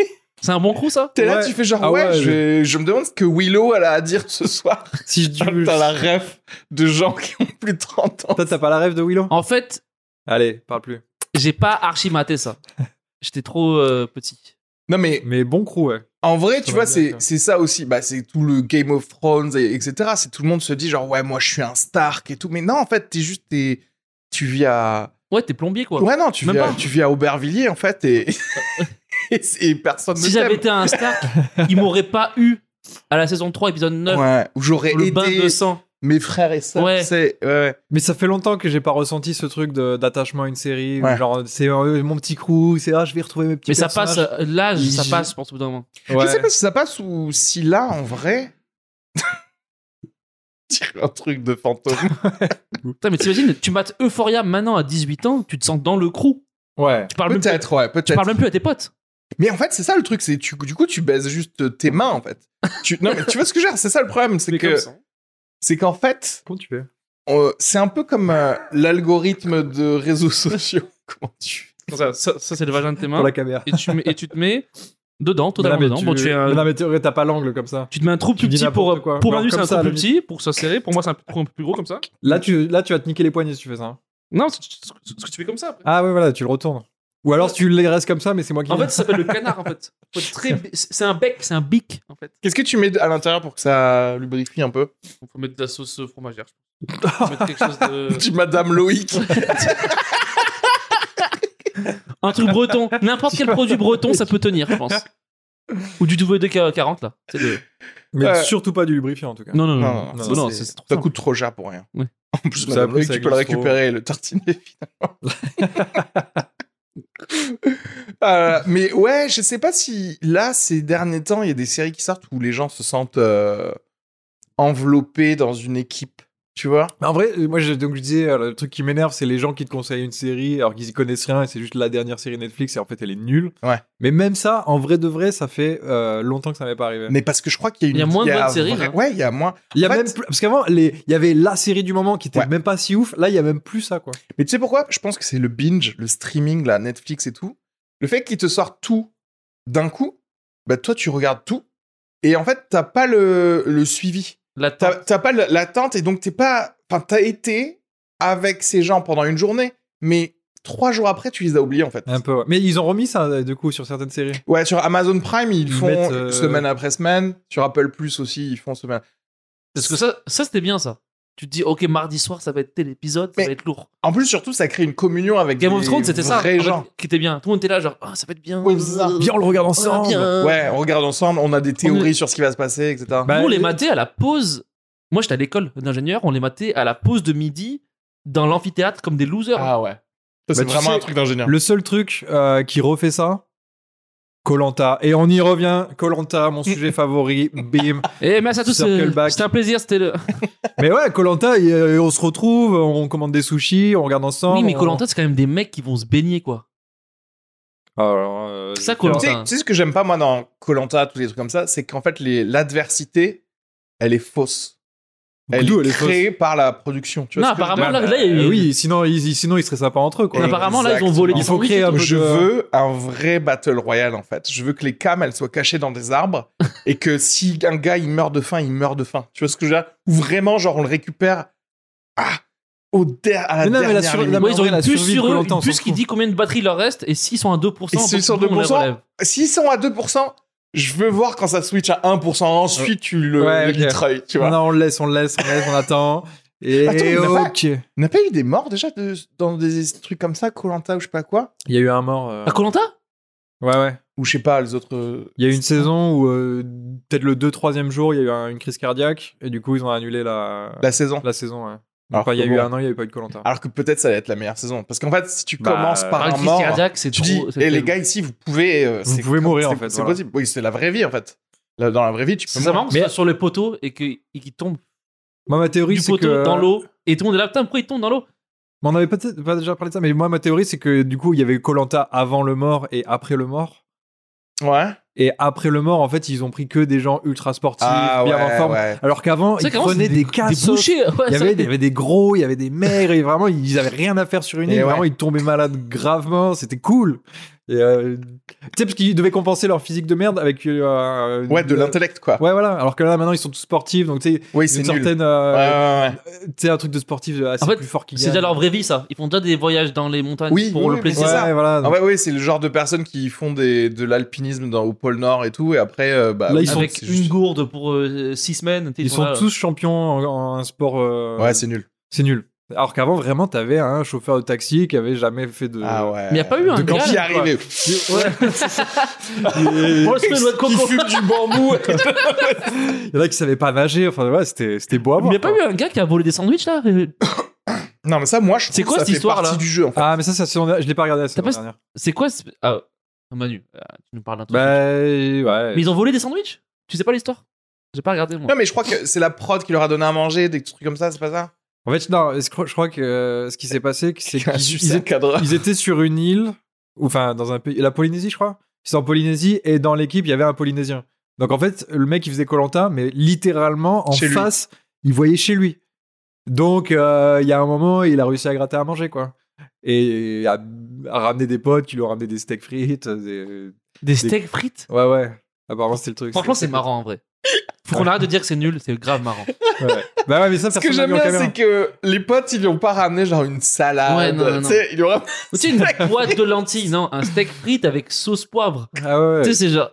Speaker 3: C'est un bon coup, ça
Speaker 1: t'es là,
Speaker 2: Ouais.
Speaker 1: tu fais genre,
Speaker 2: Ah
Speaker 1: ouais,
Speaker 2: ouais,
Speaker 1: je, vais- je me demande ce que Willow elle a à dire ce soir.
Speaker 2: si je dis.
Speaker 1: T'as la ref de gens qui ont plus de 30 ans.
Speaker 2: Toi, t'as pas la rêve de Willow
Speaker 3: En fait,
Speaker 2: Allez, parle plus.
Speaker 3: j'ai pas archimaté ça. J'étais trop euh, petit.
Speaker 1: Non, mais
Speaker 2: Mais bon crew, ouais.
Speaker 1: En vrai, tu
Speaker 2: va
Speaker 1: vois,
Speaker 2: bien,
Speaker 1: c'est
Speaker 2: quoi.
Speaker 1: c'est ça aussi. Bah, c'est tout le Game of Thrones, et, etc. C'est tout le monde se dit genre ouais, moi je suis un Stark et tout. Mais non, en fait, t'es juste t'es- tu vis à
Speaker 3: Ouais, t'es plombier, quoi.
Speaker 1: ouais non, tu
Speaker 3: Même
Speaker 1: vis à,
Speaker 3: pas.
Speaker 1: tu vis à Aubervilliers en fait et et, c'est- et personne
Speaker 3: si
Speaker 1: ne t'aime.
Speaker 3: j'avais été un Stark, il m'aurait pas eu à la saison 3, épisode 9,
Speaker 1: Ouais, où j'aurais
Speaker 3: le bain
Speaker 1: aidé
Speaker 3: de sang.
Speaker 1: mes frères et sœurs.
Speaker 3: Ouais.
Speaker 1: tu sais, ouais, ouais.
Speaker 2: Mais ça fait longtemps que j'ai pas ressenti ce truc de- d'attachement à une série. où
Speaker 1: Ouais.
Speaker 2: Genre, c'est euh, mon petit crew, c'est ah, je vais retrouver mes petits
Speaker 3: Mais ça
Speaker 2: personnages.
Speaker 3: passe, euh, l'âge,
Speaker 2: Il-
Speaker 3: ça passe, je pense, au bout d'un moment.
Speaker 2: Ouais.
Speaker 1: Je sais pas si ça passe ou si là en vrai. Dire un truc de fantôme.
Speaker 3: Putain, mais t'imagines, tu mates Euphoria maintenant à 18 ans, tu te sens dans le crew.
Speaker 2: Ouais.
Speaker 3: Tu parles, même, plus-
Speaker 1: Peut-être, ouais,
Speaker 3: tu
Speaker 1: peut-être.
Speaker 3: parles même plus à tes potes.
Speaker 1: Mais en fait, c'est ça le truc, c'est tu, du coup tu baises juste tes mains en fait. Tu, non mais tu vois ce que je veux dire, c'est ça le problème, c'est
Speaker 2: Mais comme
Speaker 1: que
Speaker 2: ça.
Speaker 1: c'est qu'en fait,
Speaker 2: Comment tu
Speaker 3: Hein
Speaker 2: fais
Speaker 1: euh, c'est un peu comme euh, l'algorithme de réseaux sociaux. Comment tu
Speaker 3: Ça, ça- ça, c'est le vagin de tes mains.
Speaker 2: Pour la caméra.
Speaker 3: Et, tu, mets- et tu te mets dedans,
Speaker 2: Mais là,
Speaker 3: totalement
Speaker 2: mais
Speaker 3: dedans.
Speaker 2: tu-
Speaker 3: Bon, tu, euh, fais un-
Speaker 2: mais là, mais tu- t'as pas l'angle comme ça.
Speaker 3: tu te mets un trou
Speaker 2: tu
Speaker 3: plus
Speaker 2: dis
Speaker 3: petit pour.
Speaker 2: n'importe quoi.
Speaker 3: Pour
Speaker 2: Genre
Speaker 3: Manu, c'est
Speaker 2: comme
Speaker 3: un
Speaker 2: ça,
Speaker 3: trou
Speaker 2: à la
Speaker 3: plus petit, pour que ça serré. Pour moi, c'est un trou un peu plus gros comme ça.
Speaker 2: Là tu, là, tu vas te niquer les poignets si tu fais ça. hein.
Speaker 3: Non, c'est c'est ce que- ce que tu fais comme ça après.
Speaker 2: Ah ouais, voilà, tu le retournes. Ou alors tu les restes comme ça, mais c'est moi qui.
Speaker 3: En fait, ça s'appelle le canard en fait. Faut être très- C'est c'est un bec, c'est un bic en fait.
Speaker 1: Qu'est-ce que tu mets à l'intérieur pour que ça lubrifie un peu
Speaker 3: Faut faut mettre de la sauce euh, fromagère. je pense. Faut mettre quelque chose de.
Speaker 1: Tu Madame Loïc.
Speaker 3: Un truc breton. N'importe quel produit breton, ça peut tenir, je pense. Ou du WD-40 là. C'est le-
Speaker 2: mais
Speaker 1: Euh.
Speaker 2: surtout pas du lubrifiant en tout cas.
Speaker 3: Non, non, non.
Speaker 1: Non,
Speaker 3: non,
Speaker 1: non,
Speaker 3: non,
Speaker 2: non,
Speaker 3: non,
Speaker 1: c'est-
Speaker 3: c'est trop
Speaker 1: ça
Speaker 3: simple.
Speaker 1: coûte trop cher pour rien.
Speaker 3: Ouais.
Speaker 1: En plus,
Speaker 2: Hmm. Ça,
Speaker 1: Madame
Speaker 2: après,
Speaker 1: Loïc,
Speaker 2: ça
Speaker 1: tu peux le
Speaker 2: glisse trop.
Speaker 1: récupérer et le tartiner finalement. Euh, mais ouais, je sais pas si là, ces derniers temps, il y a des séries qui sortent où les gens se sentent euh, enveloppés dans une équipe. Tu vois
Speaker 2: Mais en vrai, euh, moi je, donc je disais, euh, le truc qui m'énerve, c'est les gens qui te conseillent une série alors qu'ils y connaissent rien et c'est juste la dernière série Netflix et en fait elle est nulle.
Speaker 1: Ouais.
Speaker 2: Mais même ça, en vrai de vrai, ça fait euh, longtemps que ça m'est pas arrivé.
Speaker 1: Mais parce que je crois qu'il y a une.
Speaker 3: Il y a moins de bonnes séries, hein.
Speaker 1: vrai-
Speaker 3: là.
Speaker 1: Ouais, il y a moins.
Speaker 2: Il y a
Speaker 1: En fait-
Speaker 2: même plus- parce qu'avant les, il y avait la série du moment qui était
Speaker 1: Ouais.
Speaker 2: même pas si ouf. Là, il y a même plus ça quoi.
Speaker 1: Mais tu sais pourquoi Je pense que c'est le binge, le streaming, la Netflix et tout. Le fait qu'ils te sortent tout d'un coup, bah toi tu regardes tout et en fait t'as pas le, le suivi,
Speaker 3: La
Speaker 1: t'as
Speaker 3: tarte.
Speaker 1: t'as pas le- l'attente et donc t'es pas, enfin t'as été avec ces gens pendant une journée, mais trois jours après tu les as oubliés en fait.
Speaker 2: Un peu. ouais. Mais ils ont remis ça euh, du coup sur certaines séries.
Speaker 1: Ouais, sur Amazon Prime ils
Speaker 2: Ils
Speaker 1: font
Speaker 2: mettent, euh,
Speaker 1: semaine après semaine, sur Apple Plus aussi ils font semaine.
Speaker 3: Parce que ça, ça c'était bien ça. Tu te dis, ok, mardi soir, ça va être tel épisode, ça
Speaker 1: Mais-
Speaker 3: va être lourd.
Speaker 1: En plus surtout ça crée une communion avec
Speaker 3: Game of
Speaker 1: des
Speaker 3: Thrones, c'était ça.
Speaker 1: vrais
Speaker 3: en fait,
Speaker 1: gens.
Speaker 3: Qui était bien. Tout le monde était là, genre, ah, ça va être bien.
Speaker 1: Ouais, c'est ça.
Speaker 2: Bien, on le regarde ensemble.
Speaker 3: bien.
Speaker 1: Ouais, on regarde ensemble, on a des théories sur ce qui va se passer, etc.
Speaker 2: Bah,
Speaker 3: Nous, on les
Speaker 2: euh,
Speaker 3: matait à la pause. Moi, j'étais à l'école d'ingénieur, on les matait à la pause de midi dans l'amphithéâtre comme des losers.
Speaker 1: Ah ouais. Ça, c'est
Speaker 2: Bah, tu
Speaker 1: vraiment
Speaker 2: sais,
Speaker 1: un truc d'ingénieur.
Speaker 2: Le seul truc euh, qui refait ça, Colanta. Et on y revient. Colanta, mon sujet favori. Bim.
Speaker 3: Et merci à tous.
Speaker 2: Circle
Speaker 3: euh,
Speaker 2: back.
Speaker 3: C'était un plaisir. C'était le.
Speaker 2: Mais ouais, Colanta, on se retrouve, on commande des sushis, on regarde ensemble.
Speaker 3: Oui, mais
Speaker 2: on-
Speaker 3: Colanta, c'est quand même des mecs qui vont se baigner, quoi.
Speaker 2: Alors, euh,
Speaker 3: C'est ça,
Speaker 2: je-
Speaker 3: Koh-Lanta.
Speaker 1: Tu sais,
Speaker 3: Enfin-
Speaker 1: tu sais ce que j'aime pas moi dans Colanta, tous les trucs comme ça, c'est qu'en fait les- l'adversité, elle est fausse. Elle
Speaker 2: D'où
Speaker 1: est, créée par la production. Tu vois
Speaker 3: Non,
Speaker 1: ce que je veux
Speaker 3: apparemment,
Speaker 1: dire
Speaker 3: là, là, il y a
Speaker 2: Euh,
Speaker 3: eu-
Speaker 2: oui, sinon ils, ils- sinon ils seraient sympas entre eux. Quoi.
Speaker 1: Exactement.
Speaker 3: Apparemment, là, ils ont volé des
Speaker 2: Il faut créer un peu
Speaker 1: Je
Speaker 2: de-
Speaker 1: veux un vrai battle royale en fait. Je veux que les cams elles soient cachées dans des arbres et que si un gars il meurt de faim, il meurt de faim. Tu vois ce que je veux dire Ou vraiment genre on le récupère ah, au der- à la
Speaker 2: Mais non, mais la
Speaker 1: dernière
Speaker 2: sur- la-
Speaker 1: minute.
Speaker 3: Moi,
Speaker 2: en
Speaker 3: ils ont
Speaker 2: vrai,
Speaker 3: une
Speaker 2: la
Speaker 3: puce
Speaker 2: survie de
Speaker 3: sur eux,
Speaker 2: Koh-Lanta,
Speaker 3: une
Speaker 2: on
Speaker 3: puce
Speaker 2: s'en
Speaker 3: qui
Speaker 2: fout.
Speaker 3: dit combien de batteries il leur reste, et s'ils sont à
Speaker 1: Et
Speaker 3: 2%,
Speaker 1: s'ils
Speaker 3: on
Speaker 1: sont à
Speaker 3: peut- on les
Speaker 1: 2%,
Speaker 3: relève.
Speaker 1: S'ils sont à 2%, je veux voir quand ça switch à 1%. Ensuite, tu le
Speaker 2: Ouais,
Speaker 1: le
Speaker 2: ok.
Speaker 1: mitrailles, tu vois.
Speaker 2: Non, non, on le laisse, on le laisse, on le laisse, on attend. Et
Speaker 1: Attends, mais on a pas-
Speaker 2: ok. Il
Speaker 1: N'a pas eu des morts déjà de- dans des trucs comme ça, Colanta ou je sais pas quoi
Speaker 2: y a eu un mort. euh,
Speaker 3: À Colanta
Speaker 2: Ouais, ouais.
Speaker 1: Ou je sais pas, les autres. euh,
Speaker 2: Il y a eu une saison où, euh, peut-être le 2-3ème jour, il y a eu un- une crise cardiaque. Et du coup, ils ont annulé la, la...
Speaker 1: La saison.
Speaker 2: saison. ouais.
Speaker 1: Alors
Speaker 2: Enfin, il y a
Speaker 1: que
Speaker 2: eu
Speaker 1: bon.
Speaker 2: un an, il n'y avait pas eu de Colanta.
Speaker 1: Alors que peut-être ça va être la meilleure saison. Parce qu'en fait, si tu
Speaker 2: Bah,
Speaker 1: commences par
Speaker 3: Par
Speaker 1: un
Speaker 3: crise
Speaker 1: Ah, mort,
Speaker 3: cardiaque, c'est
Speaker 1: tu dis,
Speaker 3: trop. c'est
Speaker 1: et les
Speaker 3: terrible.
Speaker 1: gars ici, vous pouvez. euh,
Speaker 2: Vous
Speaker 1: c'est-
Speaker 2: pouvez mourir,
Speaker 1: c'est-
Speaker 2: en fait,
Speaker 1: C'est
Speaker 2: voilà.
Speaker 1: possible. Oui, c'est la vraie vie en fait. Là, dans la vraie vie, tu peux
Speaker 3: C'est marrant
Speaker 1: mourir.
Speaker 3: que ce
Speaker 2: Mais-
Speaker 3: soit sur les poteaux et que- et qu'ils tombent
Speaker 2: Moi, ma théorie,
Speaker 3: du
Speaker 2: c'est
Speaker 3: poteau
Speaker 2: que. Oh,
Speaker 3: dans l'eau. Et tout le monde est là, putain, pourquoi ils tombent dans l'eau
Speaker 2: Mais on avait pas, pas déjà parlé de ça, mais moi, ma théorie, c'est que du coup, il y avait Colanta avant le mort et après le mort.
Speaker 1: Ouais.
Speaker 2: Et après le mort, en fait, ils ont pris que des gens ultra sportifs,
Speaker 1: Ah
Speaker 2: bien en
Speaker 1: ouais,
Speaker 2: forme.
Speaker 1: ouais.
Speaker 2: Alors qu'avant,
Speaker 3: C'est
Speaker 2: ils
Speaker 3: vrai qu'avant,
Speaker 2: prenaient
Speaker 3: c'était
Speaker 2: des,
Speaker 3: Des
Speaker 2: cassos.
Speaker 3: bouchées. ouais,
Speaker 2: Il y,
Speaker 3: ça-
Speaker 2: avait, il y avait des gros, il y avait des maigres, et vraiment, ils avaient rien à faire sur une
Speaker 1: Et
Speaker 2: île.
Speaker 1: ouais.
Speaker 2: Vraiment, ils tombaient malades gravement, c'était cool. Et, euh, tu sais, parce qu'ils devaient compenser leur physique de merde avec. euh,
Speaker 1: Ouais, de
Speaker 2: une-
Speaker 1: l'intellect, quoi.
Speaker 2: Ouais, voilà. Alors que là, maintenant, ils sont tous sportifs, donc tu sais,
Speaker 1: Oui,
Speaker 2: une
Speaker 1: c'est nul.
Speaker 2: certaine.
Speaker 1: Ouais,
Speaker 2: euh,
Speaker 1: ouais, ouais.
Speaker 2: Tu sais, un truc de sportif assez
Speaker 3: En fait,
Speaker 2: plus fort qu'ils
Speaker 3: C'est déjà leur vraie vie, ça. Ils font déjà des voyages dans les montagnes
Speaker 1: Oui,
Speaker 3: pour
Speaker 1: oui,
Speaker 3: le
Speaker 1: mais
Speaker 3: plaisir.
Speaker 1: c'est ça.
Speaker 2: Ouais, voilà.
Speaker 1: Ah ouais, ouais, c'est le genre de personnes qui font des, de l'alpinisme dans- au pôle Nord et tout, et après, euh, bah,
Speaker 2: Là,
Speaker 1: oui,
Speaker 2: ils sont-
Speaker 3: Avec
Speaker 1: c'est
Speaker 3: une
Speaker 1: juste-
Speaker 3: gourde pour 6 semaines.
Speaker 2: Ils sont tous champions en, en un sport. euh,
Speaker 1: Ouais, c'est nul.
Speaker 2: c'est nul. Alors qu'avant, vraiment, t'avais un chauffeur de taxi qui avait jamais fait de.
Speaker 1: Ah ouais.
Speaker 3: Mais y a pas eu un
Speaker 1: de
Speaker 3: gars,
Speaker 1: quand il est
Speaker 2: quoi.
Speaker 1: arrivé.
Speaker 2: Ouais.
Speaker 3: Moi, je fais une noix de
Speaker 1: Qui
Speaker 3: coco.
Speaker 1: fume du bambou.
Speaker 2: Il y en a qui savaient pas nager. Enfin, ouais, c'était c'était beau à
Speaker 3: Mais
Speaker 2: voir.
Speaker 3: y a pas
Speaker 2: quoi.
Speaker 3: eu un gars qui a volé des sandwichs là Euh,
Speaker 1: non, mais ça, moi, je trouve
Speaker 3: C'est quoi
Speaker 1: que ça
Speaker 3: cette
Speaker 1: fait
Speaker 3: histoire,
Speaker 1: partie
Speaker 3: là
Speaker 1: du jeu, en fait.
Speaker 2: Ah, mais ça, ça je l'ai pas regardé la saison
Speaker 3: pas-
Speaker 2: dernière.
Speaker 3: C'est quoi ce- Ah, Manu, euh, tu nous parles d'un truc.
Speaker 2: Bah, ouais.
Speaker 3: Mais ils ont volé des sandwichs Tu sais pas l'histoire J'ai pas regardé moi.
Speaker 1: Non, mais je crois que c'est la prod qui leur a donné à manger, des trucs comme ça, c'est pas ça
Speaker 2: En fait, non, je crois, je crois que euh, ce qui s'est passé, c'est qu'ils ils étaient,
Speaker 1: cadreur.
Speaker 2: ils étaient sur une île, ou enfin, dans un pays, la Polynésie, je crois. Ils sont en Polynésie et dans l'équipe, il y avait un Polynésien. Donc, en fait, le mec, il faisait Colanta, mais littéralement, en
Speaker 1: Chez lui.
Speaker 2: face, il voyait chez lui. Donc, euh, il y a un moment, il a réussi à gratter à manger, quoi. Et à, à ramener des potes qui lui ont ramené des steaks frites. des-
Speaker 3: Des steaks frites
Speaker 2: Ouais, ouais. Apparemment, c'était le truc.
Speaker 3: Franchement, c'est marrant en vrai. Faut qu'on arrête de dire que c'est nul, c'est grave marrant.
Speaker 2: Ouais. Bah ouais, mais ça,
Speaker 1: Ce que
Speaker 2: personne l'a
Speaker 1: j'aime
Speaker 2: mis en
Speaker 1: bien,
Speaker 2: caméra.
Speaker 1: c'est que les potes, ils lui ont pas ramené genre une salade.
Speaker 3: Ouais, non, non,
Speaker 1: Tu sais, ils lui ont ramené-
Speaker 3: tu sais, une boîte de lentilles, non, un steak frites avec sauce poivre.
Speaker 2: Ah ouais, ouais.
Speaker 3: Tu sais, c'est genre,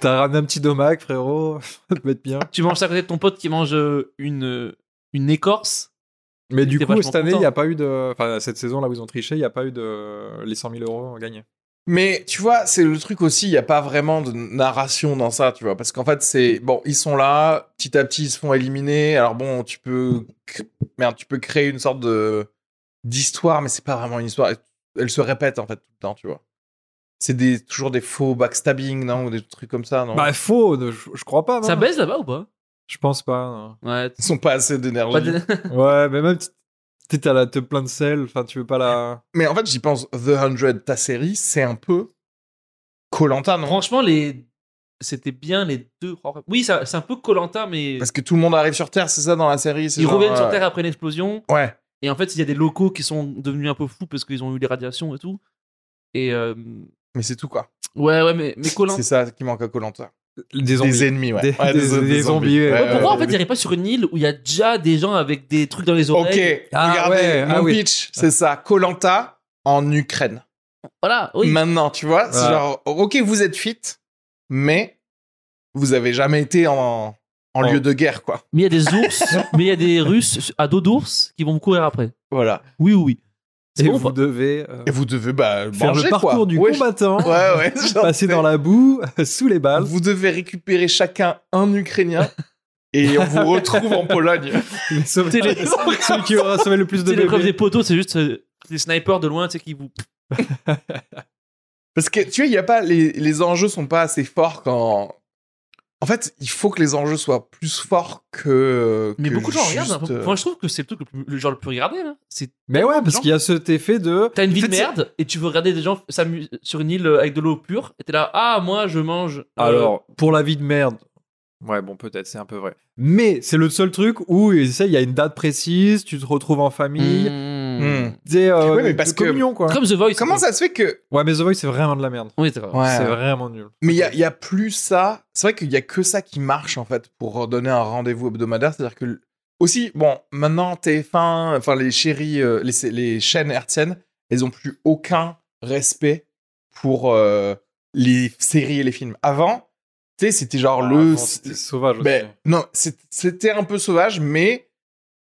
Speaker 2: T'as ramené un petit domac, frérot. ça peut être bien.
Speaker 3: tu manges ça à côté de ton pote qui mange euh, une, euh, une écorce.
Speaker 2: Mais
Speaker 3: J'étais
Speaker 2: du coup,
Speaker 3: vachement
Speaker 2: cette année, il
Speaker 3: content.
Speaker 2: n'y a pas eu de. Enfin, cette saison, là où ils ont triché, il n'y a pas eu de. Les 100 000 euros gagnés.
Speaker 1: Mais tu vois, c'est le truc aussi, il n'y a pas vraiment de narration dans ça, tu vois. Parce qu'en fait,
Speaker 3: Mm.
Speaker 1: c'est. Bon, ils sont là, petit à petit, ils se font éliminer. Alors bon, tu peux. cr- Merde, tu peux créer une sorte de. d'histoire, mais c'est pas vraiment une histoire. Elle se répète, en fait, tout le temps, tu vois. C'est des, toujours des faux backstabbing, non Ou des trucs comme ça, non
Speaker 2: Bah, faux, ne- je je crois pas. Non
Speaker 3: Ça baisse là-bas ou pas
Speaker 2: Je pense pas.
Speaker 3: Ouais.
Speaker 1: Ils sont pas assez d'énergie.
Speaker 3: Pas de-
Speaker 2: non. Ouais, mais même. t- T'es à la te plein de sel, enfin, tu veux pas la.
Speaker 1: Mais en fait, j'y pense, The 100, ta série, c'est un peu. Colanta, non
Speaker 3: Franchement, les... c'était bien les deux. Oh, Oui, ça- c'est un peu Colanta, mais
Speaker 1: Parce que tout le monde arrive sur Terre, c'est ça dans la série c'est
Speaker 3: ils
Speaker 1: genre,
Speaker 3: reviennent sur
Speaker 1: euh,
Speaker 3: Terre après une explosion.
Speaker 1: Ouais.
Speaker 3: Et en fait, il y a des locaux qui sont devenus un peu fous parce qu'ils ont eu les radiations et tout. Et euh,
Speaker 1: Mais c'est tout, quoi.
Speaker 3: ouais, ouais, mais, mais Colanta.
Speaker 1: C'est ça qui manque à Colanta.
Speaker 2: Des zombies.
Speaker 1: Des ennemis, ouais.
Speaker 2: Des-
Speaker 1: Ouais,
Speaker 2: des- des zombies, ouais.
Speaker 3: Ouais, pourquoi
Speaker 2: Euh,
Speaker 3: en fait, il n'y aurait pas sur une île où il y a déjà des gens avec des trucs dans les
Speaker 1: Ok,
Speaker 3: oreilles
Speaker 2: Ah
Speaker 1: regardez,
Speaker 2: ouais,
Speaker 1: mon
Speaker 2: ah oui.
Speaker 1: pitch, c'est ça. Colanta en Ukraine.
Speaker 3: Voilà, oui.
Speaker 1: Maintenant, tu vois, c'est
Speaker 2: Voilà.
Speaker 1: genre, ok, vous êtes fit, mais vous avez jamais été en, en lieu de guerre, quoi.
Speaker 3: Mais il y a des ours, mais il y a des Russes à dos d'ours qui vont me courir après.
Speaker 1: Voilà.
Speaker 3: Oui, oui, oui. C'est hein.
Speaker 2: Et
Speaker 3: bon,
Speaker 2: vous
Speaker 3: pas-
Speaker 2: devez euh,
Speaker 1: Et vous devez bah,
Speaker 2: faire
Speaker 1: manger,
Speaker 2: le parcours
Speaker 1: quoi.
Speaker 2: du
Speaker 1: Ouais,
Speaker 2: combattant,
Speaker 1: Ouais, ouais. genre, c'est-
Speaker 2: passer dans la boue, sous les balles.
Speaker 1: Vous devez récupérer chacun un Ukrainien et on vous retrouve en Pologne.
Speaker 2: Mais sauver-
Speaker 3: C'est les-
Speaker 2: Celui qui aura sauvé le plus de
Speaker 3: C'est l'épreuve des
Speaker 2: bébés.
Speaker 3: poteaux, c'est juste euh, des snipers de loin, tu sais, qui vous.
Speaker 1: Parce que tu vois, il y a pas les, les enjeux sont pas assez forts quand. En fait, il faut que les enjeux soient plus forts que.
Speaker 3: Mais
Speaker 1: que
Speaker 3: beaucoup de gens
Speaker 1: juste,
Speaker 3: regardent. hein.
Speaker 1: euh,
Speaker 3: Moi, je trouve que c'est le truc le, plus- le genre le plus regardé. là. C'est-
Speaker 2: Mais ouais, parce
Speaker 3: Non.
Speaker 2: qu'il y a cet effet de.
Speaker 3: T'as une vie
Speaker 2: En
Speaker 3: de
Speaker 2: fait, c'est-
Speaker 3: merde et tu veux regarder des gens s'amuser sur une île euh, avec de l'eau pure et t'es là, ah, moi, je mange. euh,
Speaker 2: Alors, pour la vie de merde, ouais, bon, peut-être, c'est un peu vrai. Mais c'est le seul truc où tu sais, il y a une date précise, tu te retrouves en famille.
Speaker 3: mmh.
Speaker 1: hmm.
Speaker 2: C'est euh,
Speaker 1: Ouais, mais parce
Speaker 2: de
Speaker 1: que-
Speaker 2: communion, quoi.
Speaker 3: Comme The Voice.
Speaker 1: Comment ça se fait que.
Speaker 2: Ouais, mais The Voice, c'est vraiment de la merde.
Speaker 3: Oui, c'est vrai.
Speaker 2: C'est vraiment nul.
Speaker 1: Mais il y a, il y a plus ça. C'est vrai qu'il y a que ça qui marche, en fait, pour donner un rendez-vous hebdomadaire. C'est-à-dire que. l- Aussi, bon, maintenant, TF1, enfin, les chéries, euh, les, les chaînes hertziennes, elles ont plus aucun respect pour euh, les séries et les films. Avant, tu sais, c'était genre le.
Speaker 2: Vraiment, Ah, c'était sauvage aussi.
Speaker 1: Ben, non, c'est- c'était un peu sauvage, mais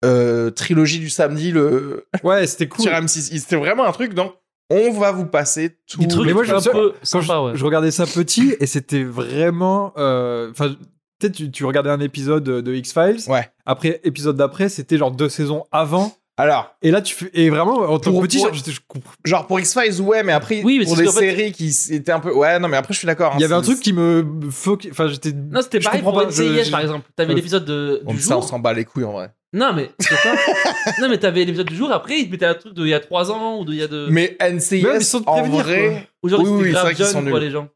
Speaker 1: euh, trilogie du samedi le
Speaker 3: Ah,
Speaker 2: Ouais, c'était cool.
Speaker 1: sur M6, il- c'était vraiment un truc. Donc, on va vous passer tout.
Speaker 3: Des trucs
Speaker 2: Mais moi, je
Speaker 3: un
Speaker 2: me
Speaker 3: peu
Speaker 2: Quand je,
Speaker 3: sympa, ouais.
Speaker 2: je regardais ça petit et c'était vraiment. euh, Enfin, peut-être tu, tu regardais un épisode de, de X-Files.
Speaker 1: Ouais.
Speaker 2: Après, épisode d'après, c'était genre deux saisons avant.
Speaker 1: Alors,
Speaker 2: Et là, tu fais. Et vraiment, en tant que
Speaker 1: Pour-
Speaker 2: petit,
Speaker 1: pour-
Speaker 2: genre, j'étais- je comprends-
Speaker 1: genre pour X Files, ouais, mais après
Speaker 3: Oui, mais
Speaker 1: pour
Speaker 3: c'est
Speaker 1: des
Speaker 3: parce qu'en fait-
Speaker 1: séries qui étaient un peu, ouais, non, mais après je suis d'accord. hein,
Speaker 2: Il y avait un
Speaker 1: c'est-
Speaker 2: truc qui me. foc- Enfin, j'étais.
Speaker 3: Non, c'était
Speaker 2: je
Speaker 3: pareil
Speaker 2: comprends
Speaker 3: pour
Speaker 2: pas, je-
Speaker 3: NCIS,
Speaker 2: je-
Speaker 3: par exemple. T'avais
Speaker 2: Euh,
Speaker 3: l'épisode de-
Speaker 1: Bon,
Speaker 3: du
Speaker 1: ça, on
Speaker 3: jour.
Speaker 1: s'en bat les couilles en vrai.
Speaker 3: Non, mais. c'est ça. non, mais t'avais l'épisode du jour. Après, ils mettaient un truc d'il y a 3 ans ou d'il y a de.
Speaker 1: Mais NCIS,
Speaker 2: Mais ils sont de
Speaker 1: en
Speaker 2: prévenir,
Speaker 1: vrai,
Speaker 3: Aujourd'hui,
Speaker 1: Oui,
Speaker 3: c'était
Speaker 1: oui, c'est vrai
Speaker 3: grave
Speaker 1: qu'ils sont
Speaker 3: jeune, quoi,
Speaker 1: nuls.
Speaker 3: les gens.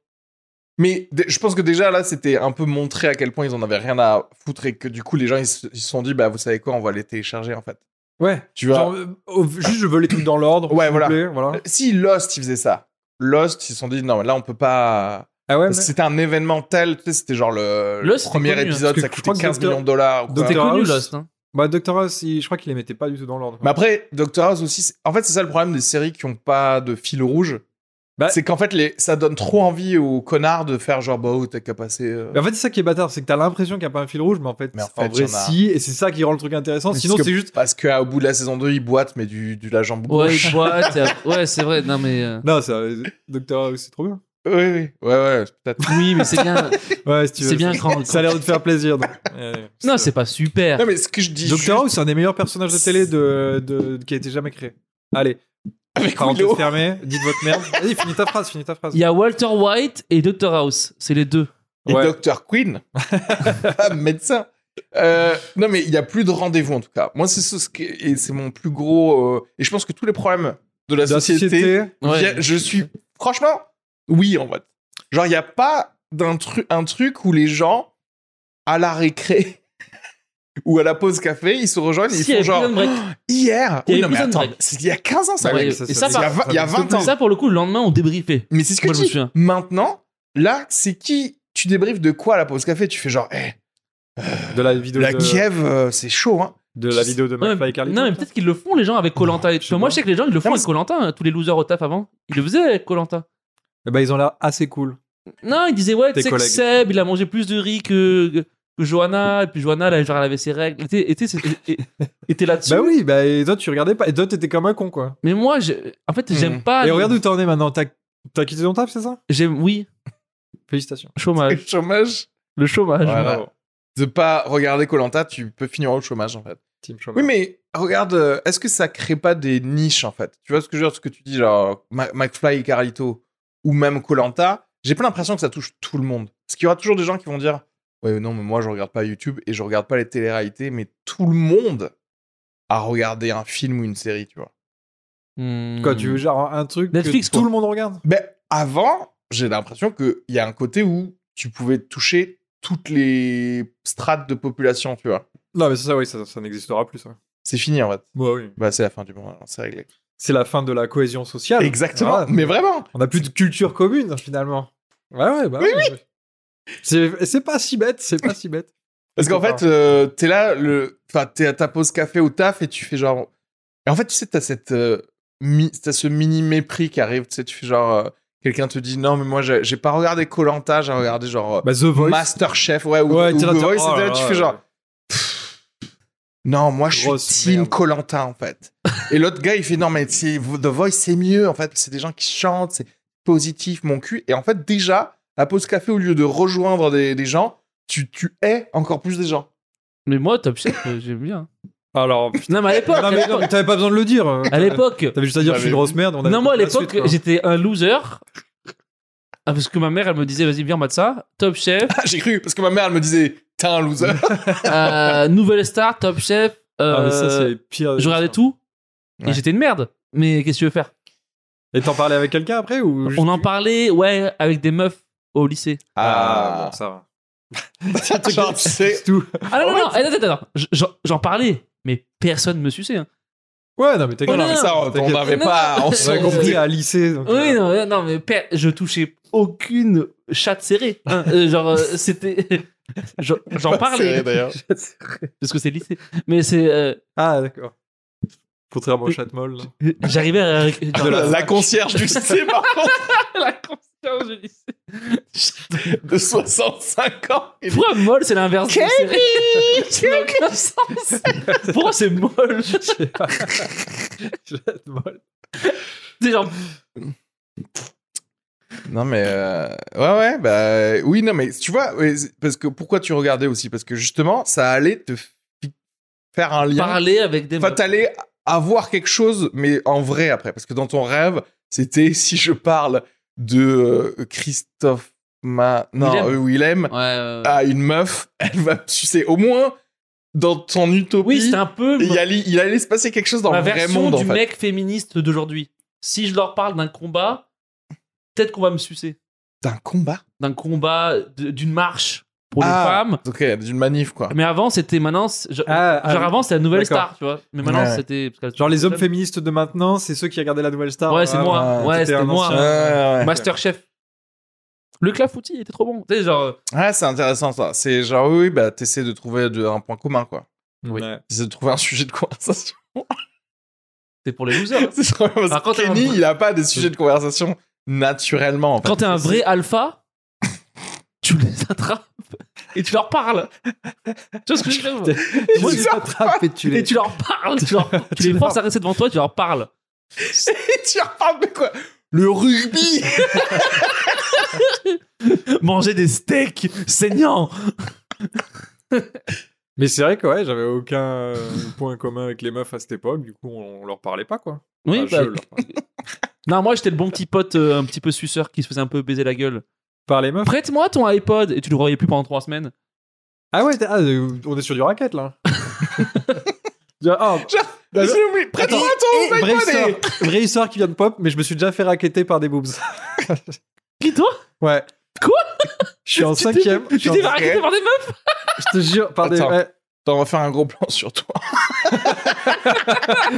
Speaker 1: Mais dé- je pense que déjà là, c'était un peu montré à quel point ils en avaient rien à foutre et que du coup, les gens ils se ils se sont dit, bah vous savez quoi, on va les télécharger en fait.
Speaker 2: Ouais.
Speaker 1: Tu vois.
Speaker 2: Genre, euh, au- juste, je veux les trucs dans l'ordre.
Speaker 1: Ouais,
Speaker 2: s'il vous
Speaker 1: voilà.
Speaker 2: plaît, voilà.
Speaker 1: Euh, Si Lost, ils faisaient ça. Lost, ils se sont dit, non, mais là, on peut pas.
Speaker 2: Ah ouais, mais-
Speaker 1: C'était un événement tel, tu sais, c'était genre le,
Speaker 3: Lost,
Speaker 1: le
Speaker 3: c'était
Speaker 1: premier
Speaker 3: connu, hein,
Speaker 1: épisode,
Speaker 2: parce que
Speaker 1: ça
Speaker 2: je
Speaker 1: coûtait
Speaker 2: crois que
Speaker 1: 15
Speaker 2: Doctor-
Speaker 1: millions de dollars. ou quoi.
Speaker 3: C'était
Speaker 2: Doctor
Speaker 3: connu
Speaker 2: House.
Speaker 3: Lost. hein.
Speaker 2: Bah, Dr. House, il- je crois qu'il les mettait pas du tout dans l'ordre.
Speaker 1: Mais après, Doctor House aussi, c'est- en fait, c'est ça le problème des séries qui ont pas de fil rouge.
Speaker 2: Bah-
Speaker 1: c'est qu'en fait, les... ça donne trop envie aux connards de faire genre, bah, oh, t'as qu'à passer. euh,
Speaker 2: Mais en fait, c'est ça qui est bâtard, c'est que t'as l'impression qu'il n'y a pas un fil rouge, mais en fait,
Speaker 1: Mais en
Speaker 2: en
Speaker 1: fait,
Speaker 2: vrai,
Speaker 1: y en a.
Speaker 2: si, et c'est ça qui rend le truc intéressant.
Speaker 1: Mais
Speaker 2: Sinon,
Speaker 1: parce que-
Speaker 2: c'est juste.
Speaker 1: Parce qu'au bout de la saison 2, ils boitent, mais du, du la jambe
Speaker 3: Ouais,
Speaker 1: gauche.
Speaker 3: boîte, et après- ouais, c'est vrai. Non, mais. euh,
Speaker 2: Non, ça, Dr. House, c'est trop bien.
Speaker 1: Oui, oui, ouais, ouais, c'est peut-être.
Speaker 3: Oui, mais c'est bien.
Speaker 2: Ouais, si tu veux.
Speaker 3: C'est bien
Speaker 2: ça-
Speaker 3: grand.
Speaker 2: Ça a l'air de te faire plaisir. donc. Ouais, ouais.
Speaker 3: Non, c'est pas super.
Speaker 1: non, mais ce que je dis. juste-
Speaker 2: Doctor House, c'est un des meilleurs personnages de télé de, de- qui a été jamais créé. Allez,
Speaker 1: Avec
Speaker 2: parenthèse
Speaker 1: Willow.
Speaker 2: fermée, dites votre merde. Vas-y, finis ta phrase, finis ta phrase.
Speaker 3: Il y a Walter White et Dr. House. C'est les deux.
Speaker 1: et
Speaker 2: Ouais.
Speaker 1: Dr. Queen, femme médecin. Euh, non, mais il n'y a plus de rendez-vous en tout cas. Moi, c'est ce qui- et c'est mon plus gros. euh, et je pense que tous les problèmes de la
Speaker 2: De la
Speaker 1: société,
Speaker 2: société.
Speaker 3: Ouais.
Speaker 1: via- je suis franchement oui en fait. Genre, il n'y a pas d'un truc un truc où les gens à la récré ou à la pause café, ils se rejoignent et
Speaker 3: Si,
Speaker 1: ils
Speaker 3: il y
Speaker 1: font
Speaker 3: avait
Speaker 1: genre
Speaker 3: Prison Break.
Speaker 1: hier.
Speaker 3: Il y
Speaker 1: Oui,
Speaker 3: avait
Speaker 1: non, mais
Speaker 3: Prison
Speaker 1: attends,
Speaker 3: Break.
Speaker 1: c'est il y a 15 ans ça.
Speaker 3: Ouais,
Speaker 1: mec.
Speaker 3: et ça,
Speaker 1: il y a
Speaker 3: par-
Speaker 1: vingt- il y a
Speaker 2: ça me
Speaker 1: 20 ans.
Speaker 3: Ça, pour le coup, le lendemain, on débriefait.
Speaker 1: Mais c'est ce que
Speaker 3: Moi,
Speaker 1: je
Speaker 3: je me
Speaker 1: dis.
Speaker 3: souviens.
Speaker 1: Maintenant, là, c'est qui Tu débriefes de quoi à la pause café Tu fais genre, Eh,
Speaker 2: De la vidéo
Speaker 1: la
Speaker 2: de,
Speaker 1: Kiev, euh, c'est chaud, hein.
Speaker 2: de la vidéo de
Speaker 3: Non,
Speaker 2: McFly
Speaker 3: mais,
Speaker 2: et Carlito.
Speaker 3: non, mais peut-être qu'ils le font, les gens, avec Colanta.
Speaker 2: je sais
Speaker 3: Moi,
Speaker 2: pas.
Speaker 3: je sais que les gens, ils le font
Speaker 1: mais
Speaker 3: avec Colanta. hein, Tous les losers au taf avant, ils le faisaient avec Colanta.
Speaker 2: Eh ben, ils ont l'air assez cool.
Speaker 3: Non, ils disaient, ouais,
Speaker 2: Tes
Speaker 3: tu sais que
Speaker 2: collègues.
Speaker 3: Seb, il a mangé plus de riz que, que Johanna. Et puis Johanna, là, genre, elle avait ses règles. Et t'es- Et t'es- c'est- et- et t'es là-dessus.
Speaker 2: Bah oui, bah, et toi, tu regardais pas. Et toi, t'étais comme un con, quoi.
Speaker 3: Mais moi, je... en fait,
Speaker 1: Hmm.
Speaker 3: j'aime pas.
Speaker 2: Et regarde où t'en es maintenant. T'as t'as quitté ton taf, c'est ça
Speaker 3: J'aime, oui,
Speaker 2: Félicitations.
Speaker 1: Le
Speaker 3: chômage.
Speaker 1: chômage.
Speaker 3: Le chômage.
Speaker 1: Voilà.
Speaker 2: Bravo.
Speaker 1: De pas regarder Colanta, tu peux finir au chômage, en fait.
Speaker 2: Team chômage.
Speaker 1: Oui, mais regarde, euh, est-ce que ça crée pas des niches, en fait Tu vois ce que je veux dire, ce que tu dis, genre Ma- McFly et Carlito, ou même Colanta, j'ai pas l'impression que ça touche tout le monde. Parce qu'il y aura toujours des gens qui vont dire Ouais, non, mais moi, je regarde pas YouTube et je regarde pas les téléréalités, mais tout le monde a regardé un film ou une série, tu vois.
Speaker 3: Hmm.
Speaker 2: Quoi, tu veux genre un truc
Speaker 3: Netflix,
Speaker 2: que tout
Speaker 3: quoi.
Speaker 2: le monde regarde
Speaker 1: Ben, avant, j'ai l'impression qu'il y a un côté où tu pouvais toucher toutes les strates de population, tu vois.
Speaker 2: Non, mais ça, oui, ça, ça n'existera plus, ça.
Speaker 1: C'est fini, en fait.
Speaker 2: Bah oui.
Speaker 1: Bah, c'est la fin du monde, alors, c'est réglé.
Speaker 2: C'est la fin de la cohésion sociale.
Speaker 1: Exactement,
Speaker 2: Voilà.
Speaker 1: mais vraiment
Speaker 2: On n'a plus de culture commune, finalement. Ouais, ouais, bah oui. C'est c'est pas si bête, c'est pas si bête.
Speaker 1: Parce qu'en
Speaker 2: D'accord.
Speaker 1: fait, euh, t'es là, le... enfin, t'es à ta pause café au taf et tu fais genre. Et en fait, tu sais, t'as cette. euh, mi- t'as ce mini mépris qui arrive, tu sais, tu fais genre. euh, Quelqu'un te dit non, mais moi j'ai j'ai pas regardé Colanta, j'ai regardé genre
Speaker 2: Bah, The Voice.
Speaker 1: Masterchef, ouais, ou,
Speaker 2: ouais,
Speaker 1: ou
Speaker 2: t'es là,
Speaker 1: The
Speaker 2: t'es-
Speaker 1: Voice,
Speaker 2: oh
Speaker 1: et t'es là,
Speaker 2: là
Speaker 1: tu
Speaker 2: là.
Speaker 1: fais genre. Non, moi je
Speaker 2: Grosse
Speaker 1: suis Team
Speaker 2: merde.
Speaker 1: Colanta en fait. Et l'autre gars il fait non mais c'est- The Voice c'est mieux en fait, c'est des gens qui chantent, c'est positif, mon cul. Et en fait déjà, la pause café au lieu de rejoindre des, des gens, tu, tu hais encore plus des gens.
Speaker 3: Mais moi, Top Chef, euh, j'aime bien.
Speaker 2: Alors, putain.
Speaker 3: Non, mais à l'époque,
Speaker 2: non,
Speaker 3: à
Speaker 2: mais, non, mais
Speaker 3: l'époque-
Speaker 2: t'avais pas besoin de le dire. euh.
Speaker 3: à l'époque,
Speaker 2: T'avais juste à dire, je suis une grosse merde. on avait
Speaker 3: non, moi à
Speaker 2: la
Speaker 3: l'époque,
Speaker 2: suite, quoi.
Speaker 3: j'étais un loser. Ah, Parce que ma mère, elle me disait, vas-y, viens, mate ça. Top Chef,
Speaker 1: Ah, J'ai cru parce que ma mère elle me disait t'es un loser.
Speaker 3: euh, Nouvelle Star, Top Chef. euh,
Speaker 2: Ah, mais ça, c'est pire.
Speaker 3: je regardais tout.
Speaker 1: Ouais.
Speaker 3: Et j'étais une merde. Mais qu'est-ce que tu veux faire
Speaker 2: Et t'en parlais avec quelqu'un après ou juste-
Speaker 3: On en parlait, ouais, avec des meufs au lycée.
Speaker 2: Ah, bon, ça va.
Speaker 1: Genre, tu sais,
Speaker 2: C'est tout.
Speaker 3: Ah non, non, non, attends, attends, attends. Je- j'en- J'en parlais, mais personne me suçait. hein.
Speaker 2: Ouais, non, mais t'inquiète.
Speaker 3: non,
Speaker 1: mais ça on on
Speaker 2: T'inquiète.
Speaker 1: n'avait
Speaker 3: Non,
Speaker 1: pas, on
Speaker 3: non.
Speaker 2: On avait
Speaker 1: s'en
Speaker 2: compris
Speaker 1: compris.
Speaker 2: à lycée. donc,
Speaker 3: Oui,
Speaker 2: euh,
Speaker 3: non, mais- non, mais per- je touchais aucune chatte serrée. hein. Euh, genre, euh, c'était. J'en- J'en parlais,
Speaker 1: d'ailleurs.
Speaker 3: parce que c'est lycée. Mais c'est. euh,
Speaker 2: Ah, d'accord. Contrairement au hein. Chatmol. là.
Speaker 3: J'arrivais à.
Speaker 1: De la, la concierge du lycée par contre
Speaker 3: la conscience du lycée.
Speaker 1: de 65 ans. Il-
Speaker 3: Pourquoi molle, c'est l'inverse de serré Ça n'a aucun sens. Pourquoi c'est molle
Speaker 2: Chatmol.
Speaker 3: C'est genre.
Speaker 1: Non mais euh, ouais ouais bah oui non mais tu vois ouais, c'est- parce que pourquoi tu regardais aussi parce que justement ça allait te fi- faire un lien
Speaker 3: Parler avec des.
Speaker 1: enfin
Speaker 3: meufs.
Speaker 1: t'allais avoir quelque chose mais en vrai après parce que dans ton rêve c'était si je parle de euh, Christophe Ma non
Speaker 3: Willem.
Speaker 1: euh, Willem
Speaker 3: Ouais. ouais, ouais.
Speaker 1: à une meuf elle va me sucer au moins dans ton utopie
Speaker 3: oui, c'était un peu
Speaker 1: il, allait, il allait se passer quelque chose dans
Speaker 3: ma
Speaker 1: le vrai
Speaker 3: version
Speaker 1: monde en
Speaker 3: du
Speaker 1: fait
Speaker 3: mec féministe d'aujourd'hui. Si je leur parle d'un combat, peut-être qu'on va me sucer.
Speaker 1: D'un combat
Speaker 3: d'un combat, d- d'une marche pour les
Speaker 1: Ah.
Speaker 3: femmes.
Speaker 1: Ok, d'une manif, quoi.
Speaker 3: Mais avant, c'était maintenant. c'est- Genre,
Speaker 2: Ah, ah,
Speaker 3: genre avant, c'était la nouvelle
Speaker 2: d'accord.
Speaker 3: star, tu vois. Mais maintenant,
Speaker 1: Ouais.
Speaker 3: c'était. parce qu'elle-
Speaker 2: Genre les hommes féministes de maintenant, c'est ceux qui regardaient la nouvelle star.
Speaker 3: Ouais, c'est
Speaker 2: Ah,
Speaker 3: moi.
Speaker 2: bah,
Speaker 3: Ouais,
Speaker 2: t'étais
Speaker 3: c'était
Speaker 2: un
Speaker 3: moi.
Speaker 2: ancien.
Speaker 1: Ouais, ouais, ouais.
Speaker 3: Masterchef. Le clafoutis il était trop bon. Tu sais, genre.
Speaker 1: Ah, c'est intéressant ça. C'est genre, oui, oui, bah, t'essaies de trouver de- un point commun, quoi.
Speaker 3: Oui.
Speaker 2: Ouais.
Speaker 1: T'essaies de trouver un sujet de conversation.
Speaker 3: C'est pour les losers. hein.
Speaker 1: C'est trop bien,
Speaker 3: Par
Speaker 1: parce
Speaker 3: contre,
Speaker 1: que Kenny,
Speaker 3: un-
Speaker 1: il a pas des sujets de conversation naturellement. en fait.
Speaker 3: Quand t'es un vrai alpha, tu les attrapes et tu leur parles. Tu vois ce que je veux dire Moi,
Speaker 2: Tu
Speaker 3: je-
Speaker 2: les attrapes et tu
Speaker 3: Et
Speaker 2: les.
Speaker 3: tu leur parles. Tu, leur- tu les forces à rester devant toi, tu leur parles.
Speaker 1: Et tu reparles de quoi Le rugby
Speaker 3: Manger des steaks saignants.
Speaker 2: Mais c'est vrai que ouais, j'avais aucun euh, point commun avec les meufs à cette époque. Du coup, on, on leur parlait pas quoi.
Speaker 3: Oui,
Speaker 2: Enfin, Ah, je
Speaker 3: bah,
Speaker 2: leur parlais.
Speaker 3: Non, moi j'étais le bon petit pote, euh, un petit peu suceur qui se faisait un peu baiser la gueule.
Speaker 2: Par les meufs.
Speaker 3: Prête-moi ton iPod et tu le voyais plus pendant trois semaines.
Speaker 2: Ah ouais, t'es- ah, euh, on est sur du racket là. Genre, ah,
Speaker 1: J'ai oublié. Prête-moi ton
Speaker 2: vraie,
Speaker 1: iPod
Speaker 2: histoire,
Speaker 1: et-
Speaker 2: vraie histoire qui vient de pop, mais je me suis déjà fait racketter par des boobs.
Speaker 3: Qui toi
Speaker 2: Ouais.
Speaker 3: Quoi
Speaker 2: Je suis en
Speaker 3: Tu t'es-
Speaker 2: cinquième. Je
Speaker 3: Tu
Speaker 2: suis
Speaker 3: t'es
Speaker 2: en-
Speaker 3: fait raqueter par des meufs
Speaker 2: je te jure, par des.
Speaker 1: Attends.
Speaker 2: ouais.
Speaker 1: Attends, on va faire un gros plan sur toi.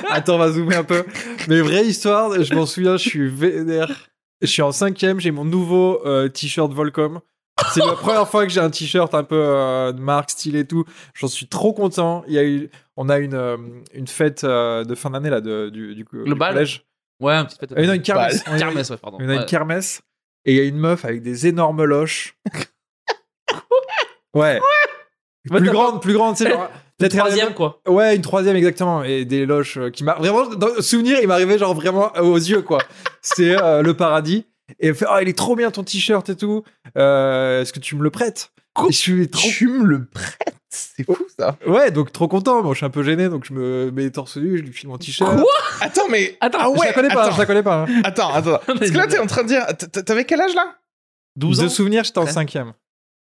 Speaker 2: Attends, on va zoomer un peu. Mais vraie histoire, je m'en souviens, je suis vénère. Je suis en cinquième, j'ai mon nouveau euh, t-shirt Volcom. C'est la première fois que j'ai un t-shirt un peu euh, de marque, style et tout. J'en suis trop content. Il y a eu, on a une, euh, une fête euh, de fin d'année là de, du, du, du
Speaker 3: bal
Speaker 2: collège.
Speaker 3: Ouais, un petit peu.
Speaker 2: Euh, non, une kermesse. On a-
Speaker 3: Kermesse, ouais, pardon.
Speaker 2: On a
Speaker 3: Ouais.
Speaker 2: une kermesse et il y a une meuf avec des énormes loches. ouais.
Speaker 3: What
Speaker 2: Plus
Speaker 3: the
Speaker 2: grande, plus grande, c'est
Speaker 3: Eh,
Speaker 2: genre. peut-être
Speaker 3: Troisième quoi.
Speaker 2: Ouais, une troisième exactement, et des loches euh, qui m'a vraiment dans le souvenir, il m'arrivait genre vraiment euh, aux yeux quoi. C'est euh, le paradis. Et elle fait, oh, il est trop bien ton t-shirt et tout. Euh, Est-ce que tu me le prêtes Et Je suis trop.
Speaker 1: Tu me le prêtes C'est fou ça.
Speaker 2: Ouais, donc trop content. Moi, je suis un peu gêné, donc je me mets torse nu, je lui file mon t-shirt.
Speaker 3: Quoi
Speaker 1: Attends, mais.
Speaker 3: Attends,
Speaker 1: ah
Speaker 2: je
Speaker 1: ouais,
Speaker 2: la connais pas,
Speaker 1: attends,
Speaker 2: je la connais pas. hein.
Speaker 1: attends, attends. Parce que là, t'es en train de dire. t- t- T'avais quel âge là
Speaker 3: 12 ans.
Speaker 2: De souvenir, j'étais en
Speaker 3: Ouais.
Speaker 2: cinquième.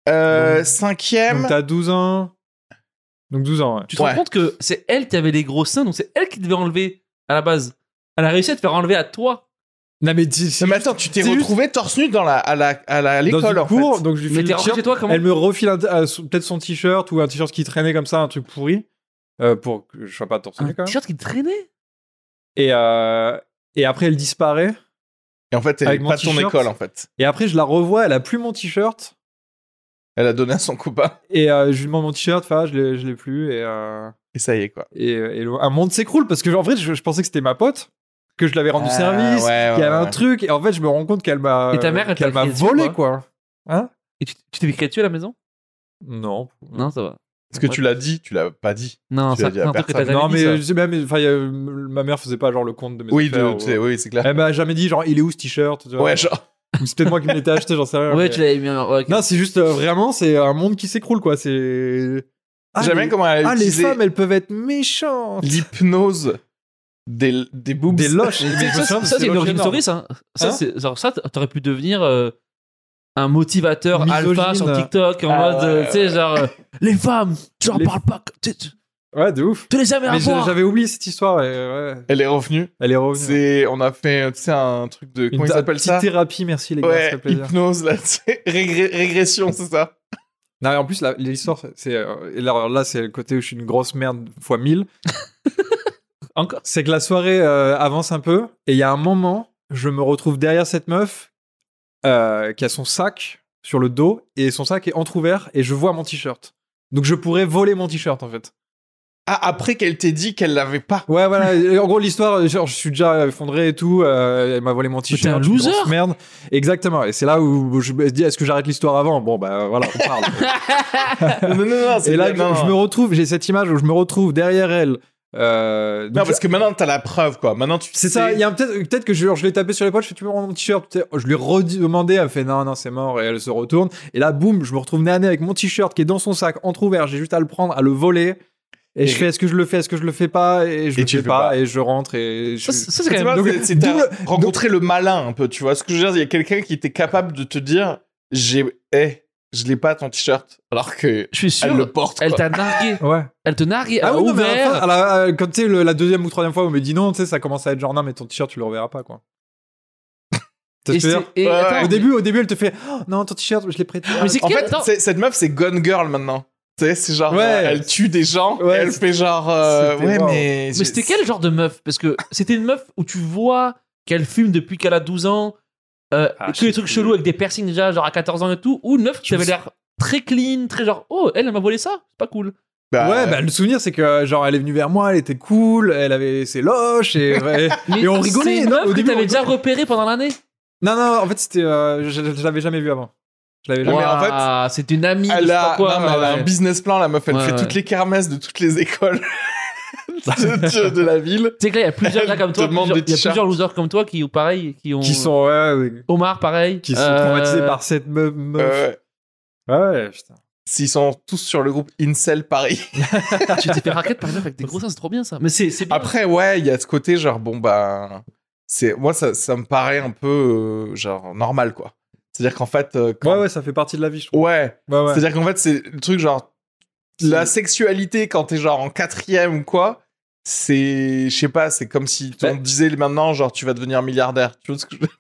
Speaker 1: Euh.
Speaker 2: Donc
Speaker 1: Cinquième.
Speaker 2: t'as 12 ans. Donc 12 ans, ouais.
Speaker 3: Tu te rends
Speaker 1: Ouais.
Speaker 3: compte que c'est elle qui avait les gros seins, donc c'est elle qui devait enlever à la base. Elle a réussi à te faire enlever à toi.
Speaker 2: Non, mais dis-
Speaker 1: Non, mais attends, tu t'es
Speaker 2: C'est juste-
Speaker 1: retrouvé torse nu dans la, à la, à la, à
Speaker 2: dans
Speaker 1: l'école
Speaker 2: une
Speaker 1: en
Speaker 2: cour,
Speaker 1: fait.
Speaker 2: donc je lui
Speaker 3: Mais
Speaker 2: file
Speaker 3: t'es
Speaker 2: le
Speaker 3: rentré
Speaker 2: t-shirt.
Speaker 3: chez toi comment
Speaker 2: Elle me refile un t- euh, son- peut-être son t-shirt ou un t-shirt qui traînait comme ça, un truc pourri, euh, pour que je sois pas torse nu
Speaker 3: Un
Speaker 2: quand même.
Speaker 3: t-shirt qui traînait
Speaker 2: Et, euh, et après, elle disparaît.
Speaker 1: Et en fait, elle
Speaker 2: Avec
Speaker 1: est
Speaker 2: mon
Speaker 1: pas de ton
Speaker 2: t-shirt.
Speaker 1: école en fait.
Speaker 2: Et après, je la revois, elle a plus mon t-shirt.
Speaker 1: Elle a donné à son copain.
Speaker 2: Et euh, je lui demande mon t-shirt, enfin, je l'ai, je l'ai plus. Et, euh,
Speaker 1: Et ça y est quoi.
Speaker 2: et, et le- un monde s'écroule parce que, en vrai, je, je pensais que c'était ma pote, que je l'avais rendu
Speaker 1: Ah,
Speaker 2: service,
Speaker 1: ouais, ouais,
Speaker 2: qu'il y avait un
Speaker 1: ouais.
Speaker 2: truc. Et en fait, je me rends compte qu'elle m'a,
Speaker 3: Et ta mère, elle
Speaker 2: qu'elle
Speaker 3: t'a
Speaker 2: m'a
Speaker 3: crié dessus,
Speaker 2: volé,
Speaker 3: quoi.
Speaker 2: quoi. Hein
Speaker 3: Et tu tu t'es fait crier dessus à la maison
Speaker 2: Non.
Speaker 3: Non, ça va.
Speaker 1: Parce que tu l'as dit, tu l'as pas dit.
Speaker 3: Non,
Speaker 1: Tu
Speaker 3: ça
Speaker 1: l'as dit à
Speaker 3: c'est un truc que t'as
Speaker 1: personne.
Speaker 3: jamais
Speaker 2: Non,
Speaker 3: dit,
Speaker 2: mais
Speaker 3: ça.
Speaker 2: euh, je sais même, enfin, il y a- ma mère faisait pas genre le compte de mes
Speaker 1: Oui, de,
Speaker 2: affaires, ou-
Speaker 1: tu sais, oui, c'est clair.
Speaker 2: Elle m'a jamais dit genre il est où ce t-shirt tu vois.
Speaker 1: Ouais, genre.
Speaker 2: Ou c'est peut-être moi qui me l'étais acheté, j'en sais rien.
Speaker 3: Ouais,
Speaker 2: mais-
Speaker 3: tu l'avais mis. en- ouais, ok.
Speaker 2: euh, Non, c'est juste euh, vraiment c'est un monde qui s'écroule quoi, c'est Ah,
Speaker 1: J'aime
Speaker 2: les-
Speaker 1: bien comment elle a
Speaker 2: Ah les
Speaker 1: utilisé
Speaker 2: femmes elles peuvent être méchantes.
Speaker 1: l'hypnose des, des boobs.
Speaker 2: Des loches.
Speaker 3: Mais ça, ça, ça, c'est une origin story, ça. Ça,
Speaker 2: Hein
Speaker 3: c'est- genre, ça, t'aurais pu devenir euh, un motivateur
Speaker 2: Misogyne.
Speaker 3: alpha sur TikTok en
Speaker 1: Ah
Speaker 3: mode,
Speaker 1: ouais,
Speaker 3: euh, tu sais, genre, euh, les femmes, tu leur
Speaker 2: Les-
Speaker 3: parles pas, tu tu-
Speaker 2: Ouais, de ouf.
Speaker 3: tu les jamais à
Speaker 2: Mais j'a-
Speaker 3: voir.
Speaker 2: j'avais oublié cette histoire et, euh, ouais,
Speaker 1: Elle est revenue.
Speaker 2: elle est revenue.
Speaker 1: C'est, on a fait, tu sais, un truc de, comment ils
Speaker 2: ta-
Speaker 1: appellent
Speaker 2: petite
Speaker 1: ça
Speaker 2: thérapie, merci les gars, ça fait
Speaker 1: Ouais,
Speaker 2: plaisir.
Speaker 1: hypnose, là, c'est régré- régression, c'est ça
Speaker 2: Non, et en plus, la- l'histoire, c'est- c'est. euh, et là, là, c'est le côté où je suis une grosse merde fois 1000.
Speaker 3: Encore
Speaker 2: c'est que la soirée euh, avance un peu et il y a un moment, je me retrouve derrière cette meuf euh, qui a son sac sur le dos et son sac est entrouvert et je vois mon t-shirt. Donc je pourrais voler mon t-shirt en fait.
Speaker 1: Ah, après qu'elle t'ait dit qu'elle l'avait pas.
Speaker 2: Ouais voilà. Et en gros l'histoire, genre je suis déjà effondré et tout. euh, elle m'a volé mon
Speaker 3: t'es un
Speaker 2: t-shirt. je suis une
Speaker 3: loser.
Speaker 2: grosse Merde. Exactement. Et c'est là où je me dis est-ce que j'arrête l'histoire avant Bon bah voilà on parle.
Speaker 1: non, non, non, c'est
Speaker 2: et là
Speaker 1: bien, non,
Speaker 2: je, je
Speaker 1: non.
Speaker 2: me retrouve. J'ai cette image où je me retrouve derrière elle. euh, donc
Speaker 1: Non,
Speaker 2: je-
Speaker 1: parce que maintenant, t'as la preuve, quoi. Maintenant, tu
Speaker 2: C'est
Speaker 1: sais-
Speaker 2: ça, il y a un- peut-être peut-être que je, je l'ai tapé sur l'épaule, je fais tu peux rendre mon t-shirt, peut-être- je lui ai redemandé, elle fait non non c'est mort et elle se retourne et là boum, je me retrouve nez à nez avec mon t-shirt qui est dans son sac entrouvert, j'ai juste à le prendre, à le voler et,
Speaker 1: Et-
Speaker 2: je fais est-ce que je le fais, est-ce que je le fais pas et je
Speaker 1: Et
Speaker 2: le
Speaker 1: tu
Speaker 2: fais
Speaker 1: le fais
Speaker 2: pas,
Speaker 1: pas.
Speaker 2: et je rentre et je...
Speaker 3: Ça, c'est- ça, c'est
Speaker 1: Tu
Speaker 3: quand
Speaker 1: vois,
Speaker 3: même.
Speaker 2: donc,
Speaker 1: c'est- c'est t'as
Speaker 2: d'où le-
Speaker 1: rencontré le malin un peu, tu vois. Ce que je veux dire, il y a quelqu'un qui était capable de te dire j'ai, eh, je l'ai pas ton t-shirt, alors que
Speaker 3: Je suis sûr.
Speaker 1: elle le porte.
Speaker 3: Elle
Speaker 1: quoi.
Speaker 3: t'a nargué.
Speaker 2: ouais.
Speaker 3: Elle te narguait. Elle
Speaker 2: Ah
Speaker 3: a
Speaker 2: oui, non, mais à la
Speaker 3: ouvert.
Speaker 2: fin, à la- à- quand tu sais, le- la deuxième ou troisième fois, on me dit non, tu sais, ça commence à être genre, non, mais ton t-shirt, tu le reverras pas, quoi. T'as
Speaker 3: Et
Speaker 2: fait
Speaker 3: c'est-
Speaker 2: rire
Speaker 3: et
Speaker 1: Ouais,
Speaker 3: attends,
Speaker 1: ouais.
Speaker 2: Au début, au début, elle te fait Oh, non ton t-shirt, je l'ai prêté.
Speaker 3: mais c'est
Speaker 1: En
Speaker 3: quel-
Speaker 1: fait,
Speaker 3: attends,
Speaker 1: c'est- cette meuf, c'est Gone Girl maintenant. Tu sais, c'est genre,
Speaker 2: Ouais.
Speaker 1: euh, elle tue des gens,
Speaker 2: Ouais,
Speaker 1: elle
Speaker 2: c'est-
Speaker 1: fait genre, euh,
Speaker 2: c'était
Speaker 1: ouais,
Speaker 2: wow.
Speaker 1: mais.
Speaker 3: Mais c'était quel genre de meuf Parce que c'était une meuf où tu vois qu'elle fume depuis qu'elle a 12 ans, euh,
Speaker 2: Ah, je
Speaker 3: que les
Speaker 2: sais
Speaker 3: trucs
Speaker 2: plus.
Speaker 3: chelous avec des piercings déjà, genre à 14 ans et tout, ou une meuf qui
Speaker 2: Je me
Speaker 3: avait l'air très clean, très genre, oh, elle, elle m'a volé ça, c'est pas cool.
Speaker 1: Bah,
Speaker 2: ouais, bah le souvenir c'est que genre elle est venue vers moi, elle était cool, elle avait ses loches et, ouais.
Speaker 3: Mais
Speaker 2: Et on rigolait,
Speaker 3: C'est une
Speaker 2: non,
Speaker 3: meuf
Speaker 2: au
Speaker 3: que
Speaker 2: début,
Speaker 3: t'avais
Speaker 2: on-
Speaker 3: déjà repéré pendant l'année.
Speaker 2: non non en fait c'était euh, je, je- je l'avais jamais vu avant. Je l'avais
Speaker 1: Ouais,
Speaker 2: jamais.
Speaker 1: mais en fait,
Speaker 3: Ouah, c'est une amie, je
Speaker 1: Elle
Speaker 3: sais
Speaker 1: a,
Speaker 3: pas quoi.
Speaker 1: non, mais elle a
Speaker 3: ouais.
Speaker 1: un business plan, la meuf. Elle
Speaker 3: Ouais,
Speaker 1: fait
Speaker 3: ouais.
Speaker 1: toutes les kermesses de toutes les écoles de, de- de la ville.
Speaker 3: Tu sais que là, il y a plusieurs gars comme toi,
Speaker 1: Demande
Speaker 3: plusieurs-
Speaker 1: des
Speaker 3: il y a
Speaker 1: t-shirts.
Speaker 3: plusieurs losers comme toi qui, pareil, qui ont.
Speaker 2: Qui sont ouais, ouais,
Speaker 3: Omar, pareil.
Speaker 2: qui sont
Speaker 3: Euh,
Speaker 2: traumatisés par cette meuf.
Speaker 3: Bah,
Speaker 2: meuf.
Speaker 1: Euh,
Speaker 2: Ouais putain.
Speaker 1: S'ils sont tous sur le groupe Incel Paris.
Speaker 3: Tu t'es fait raquette par une meuf avec des gros seins, c'est trop bien ça. Mais c'est c'est bien.
Speaker 1: Après, ouais, il y a ce côté, genre, bon, ben. c'est Moi, ça, ça me paraît un peu, euh, genre, normal, quoi. C'est-à-dire qu'en fait. euh, quand-
Speaker 2: Ouais ouais ça fait partie de la vie je trouve.
Speaker 1: ouais.
Speaker 2: Ouais ouais.
Speaker 1: C'est-à-dire qu'en fait, c'est le truc genre. La sexualité, quand t'es genre en quatrième ou quoi, c'est. Je sais pas, c'est comme si
Speaker 2: Bah.
Speaker 1: on te disait maintenant, genre, tu vas devenir milliardaire. Tu vois ce que je veux dire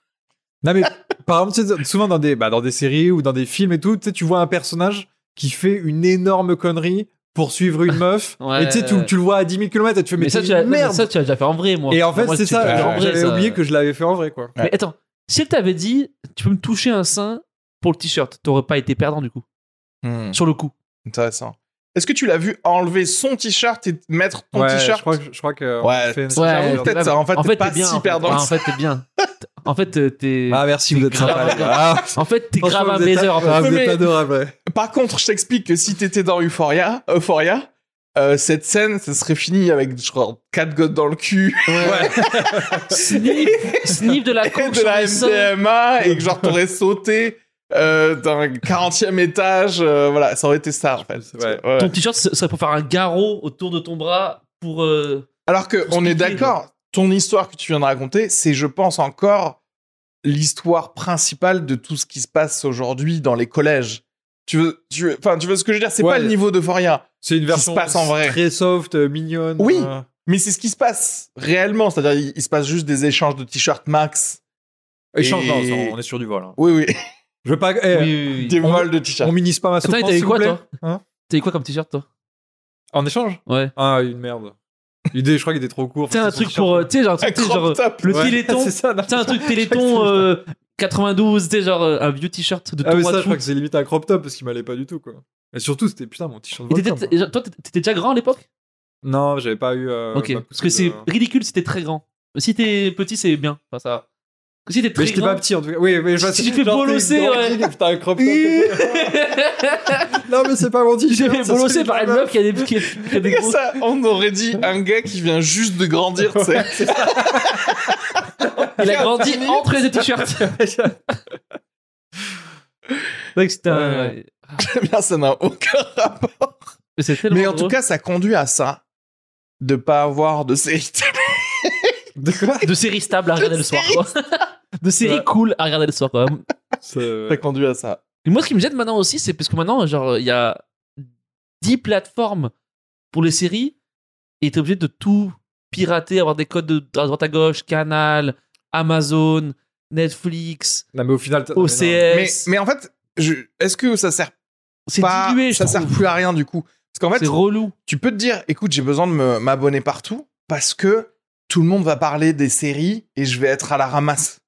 Speaker 2: Non mais par exemple, tu sais, souvent dans des, bah, dans des séries ou dans des films et tout, tu sais, tu vois un personnage qui fait une énorme connerie pour suivre une meuf.
Speaker 3: Ouais.
Speaker 2: et tu sais, tu, tu le vois à 10 000 km et tu fais, mais,
Speaker 3: Mais ça,
Speaker 2: t'es
Speaker 3: tu l'as
Speaker 2: une merde.
Speaker 3: ça, tu l'as déjà fait en vrai, moi.
Speaker 2: et en fait,
Speaker 3: Moi,
Speaker 2: c'est
Speaker 3: tu l'as
Speaker 2: ça.
Speaker 3: fait en
Speaker 2: genre,
Speaker 3: vrai,
Speaker 2: J'avais
Speaker 3: ça.
Speaker 2: oublié que je l'avais fait en vrai, quoi.
Speaker 3: Mais attends, si elle t'avait dit, tu peux me toucher un sein pour le t-shirt, t'aurais pas été perdant du coup,
Speaker 1: Hmm,
Speaker 3: sur le coup.
Speaker 1: Intéressant. Est-ce que tu l'as vu enlever son t-shirt et mettre ton
Speaker 2: ouais,
Speaker 1: t-shirt
Speaker 2: je crois que je crois que on
Speaker 1: Ouais,
Speaker 2: fait une-
Speaker 3: ouais,
Speaker 1: J'avoue, peut-être
Speaker 3: ouais,
Speaker 1: ça. En fait,
Speaker 3: en
Speaker 1: t'es
Speaker 3: fait,
Speaker 1: pas
Speaker 3: t'es bien.
Speaker 1: si
Speaker 3: en fait.
Speaker 1: perdant.
Speaker 3: Ouais, en fait, t'es bien. T- En fait, euh, t'es.
Speaker 2: Ah merci, vous êtes
Speaker 3: grave
Speaker 2: sympa. Ah.
Speaker 3: un- En fait, t'es grave un
Speaker 2: vous êtes,
Speaker 3: baiser. En fait.
Speaker 2: ah, vous
Speaker 1: Mais-
Speaker 2: êtes adorable. ouais.
Speaker 1: Par contre, je t'explique que si t'étais dans Euphoria, Euphoria euh, cette scène, ça serait fini avec, je crois, 4 godes dans le cul.
Speaker 3: Sniff, sniff de la
Speaker 1: et
Speaker 3: coke
Speaker 1: de
Speaker 3: sur
Speaker 1: la
Speaker 3: les seins.
Speaker 1: MDMA et que genre t'aurais sauté euh, d'un 40e étage, euh, voilà, ça aurait été ça en fait.
Speaker 2: Ouais.
Speaker 1: Ouais.
Speaker 3: Ton t-shirt, ça serait pour faire un garrot autour de ton bras pour. euh,
Speaker 1: Alors que on est d'accord, ton histoire que tu viens de raconter, c'est je pense encore l'histoire principale de tout ce qui se passe aujourd'hui dans les collèges. Tu veux, tu veux, enfin, tu veux ce que je veux dire, c'est
Speaker 2: Ouais.
Speaker 1: pas le niveau d'Euphoria,
Speaker 2: C'est une version
Speaker 1: se passe en vrai.
Speaker 2: très soft, euh, mignonne.
Speaker 1: Oui.
Speaker 2: euh,
Speaker 1: mais c'est ce qui se passe réellement, c'est-à-dire il, il se passe juste des échanges de t-shirts max.
Speaker 2: Échange,
Speaker 1: Et-
Speaker 2: non, ça, on est sur du vol. hein.
Speaker 1: Oui, oui,
Speaker 2: Je veux pas. eh,
Speaker 1: des
Speaker 2: On-
Speaker 1: vols de
Speaker 2: On
Speaker 1: t-shirts.
Speaker 2: minise pas ma
Speaker 3: Attends,
Speaker 2: souffrance.
Speaker 3: t'avais
Speaker 2: s'il vous
Speaker 3: quoi,
Speaker 2: plaît.
Speaker 3: toi
Speaker 2: Hein
Speaker 3: T'avais quoi comme t-shirt, toi
Speaker 2: En échange
Speaker 3: Ouais.
Speaker 2: Ah, une merde. L'idée, je crois qu'il était trop court.
Speaker 3: T'as un
Speaker 2: C'était son
Speaker 3: truc pour. euh,
Speaker 2: t-shirt.
Speaker 3: Tu sais, genre, tu
Speaker 1: Un
Speaker 3: sais, genre,
Speaker 1: crop top.
Speaker 3: le
Speaker 2: Ouais,
Speaker 3: téléthon.
Speaker 2: c'est ça, non.
Speaker 3: T'as un truc téléthon euh, 92, tu sais, genre euh, un vieux t-shirt de
Speaker 2: Ah,
Speaker 3: ton
Speaker 2: mais
Speaker 3: mois
Speaker 2: ça,
Speaker 3: de
Speaker 2: je
Speaker 3: foot.
Speaker 2: crois que c'est limite un crop top parce qu'il m'allait pas du tout, quoi. Et surtout, c'était putain mon t-shirt.
Speaker 3: Et
Speaker 2: Volcom,
Speaker 3: t'étais-
Speaker 2: quoi.
Speaker 3: genre, toi, t'étais déjà grand à l'époque
Speaker 2: Non, j'avais pas eu. euh,
Speaker 3: Ok.
Speaker 2: ma
Speaker 3: Parce que c'est
Speaker 2: poussée de-
Speaker 3: ridicule si t'es très grand. Si t'es petit, c'est bien. Enfin, ça va. Parce que si t'es
Speaker 2: Mais
Speaker 3: très
Speaker 2: j'étais
Speaker 3: grand.
Speaker 2: pas petit en tout cas. Oui, mais je
Speaker 3: Si
Speaker 2: vois-
Speaker 3: tu fais
Speaker 2: genre,
Speaker 3: bolosser,
Speaker 2: t'es une
Speaker 3: ouais.
Speaker 2: grande ligne, Putain, un crop top. non, mais c'est pas mon t-shirt.
Speaker 3: J'ai fait
Speaker 2: ça,
Speaker 3: bolosser
Speaker 2: c'est
Speaker 3: par une
Speaker 2: pas
Speaker 3: meuf qui a des, qui a- qui a des
Speaker 1: Regarde
Speaker 3: gros.
Speaker 1: ça, on aurait dit un gars qui vient juste de grandir, tu sais.
Speaker 3: Il a grandi entre les deux t-shirts. C'est vrai que c'était un-
Speaker 1: Bien, ça n'a aucun rapport.
Speaker 3: Mais c'est tellement
Speaker 1: Mais en tout
Speaker 3: drôle.
Speaker 1: cas, ça conduit à ça, de pas avoir de série.
Speaker 2: De quoi
Speaker 3: De séries stables à regarder le soir, quoi. De séries
Speaker 2: Ouais.
Speaker 3: cool à regarder le soir, quoi.
Speaker 2: C'est-
Speaker 1: ça conduit à ça.
Speaker 3: Et moi, ce qui me gêne maintenant aussi, c'est parce que maintenant, genre, il y a 10 plateformes pour les séries et t'es obligé de tout pirater, avoir des codes de, à droite à gauche, Canal, Amazon, Netflix,
Speaker 2: Non, mais au final. t'as- non, mais
Speaker 3: OCS.
Speaker 2: non.
Speaker 1: Mais, mais en fait, je... est-ce que ça sert
Speaker 3: c'est
Speaker 1: pas
Speaker 3: dilué, je
Speaker 1: Ça sert
Speaker 3: trouve.
Speaker 1: plus à rien du coup. Parce qu'en fait, euh,
Speaker 3: C'est relou.
Speaker 1: tu peux te dire, écoute, j'ai besoin de me- m'abonner partout parce que tout le monde va parler des séries et je vais être à la ramasse.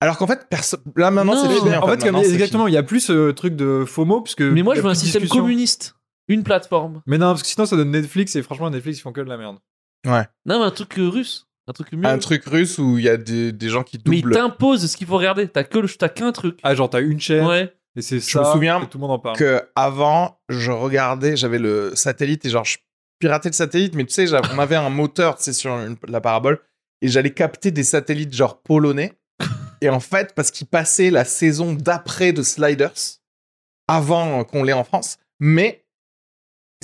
Speaker 1: Alors qu'en fait, perso- là maintenant,
Speaker 3: Non.
Speaker 1: c'est fini.
Speaker 2: En fait, comme-
Speaker 1: maintenant, c'est
Speaker 2: exactement, il y a plus ce truc de FOMO puisque.
Speaker 3: Mais moi,
Speaker 2: il y a
Speaker 3: je veux un
Speaker 2: plus de
Speaker 3: système
Speaker 2: discussion.
Speaker 3: communiste. Une plateforme.
Speaker 2: Mais non, parce que sinon, ça donne Netflix et franchement, Netflix, ils font que de la merde.
Speaker 3: Non, mais un truc euh, russe. Un truc
Speaker 1: fini.
Speaker 3: mieux.
Speaker 1: Un truc russe où il y a des, des gens qui
Speaker 3: mais il
Speaker 1: doublent.
Speaker 3: t'impose ce qu'il faut regarder. T'as que le- t'as qu'un truc.
Speaker 2: Ah, genre, t'as une
Speaker 1: Euh.
Speaker 2: chaîne
Speaker 3: Ouais.
Speaker 2: et c'est ça.
Speaker 1: Je me souviens
Speaker 2: et tout le monde en parle.
Speaker 1: que avant, je regardais, j'avais le satellite et genre je piratais le satellite, mais tu sais, j'avais- on avait un moteur, tu sais, sur une- la parabole, et j'allais capter des satellites genre polonais. Et en fait, parce qu'ils passaient la saison d'après de Sliders, avant euh, qu'on l'ait en France, mais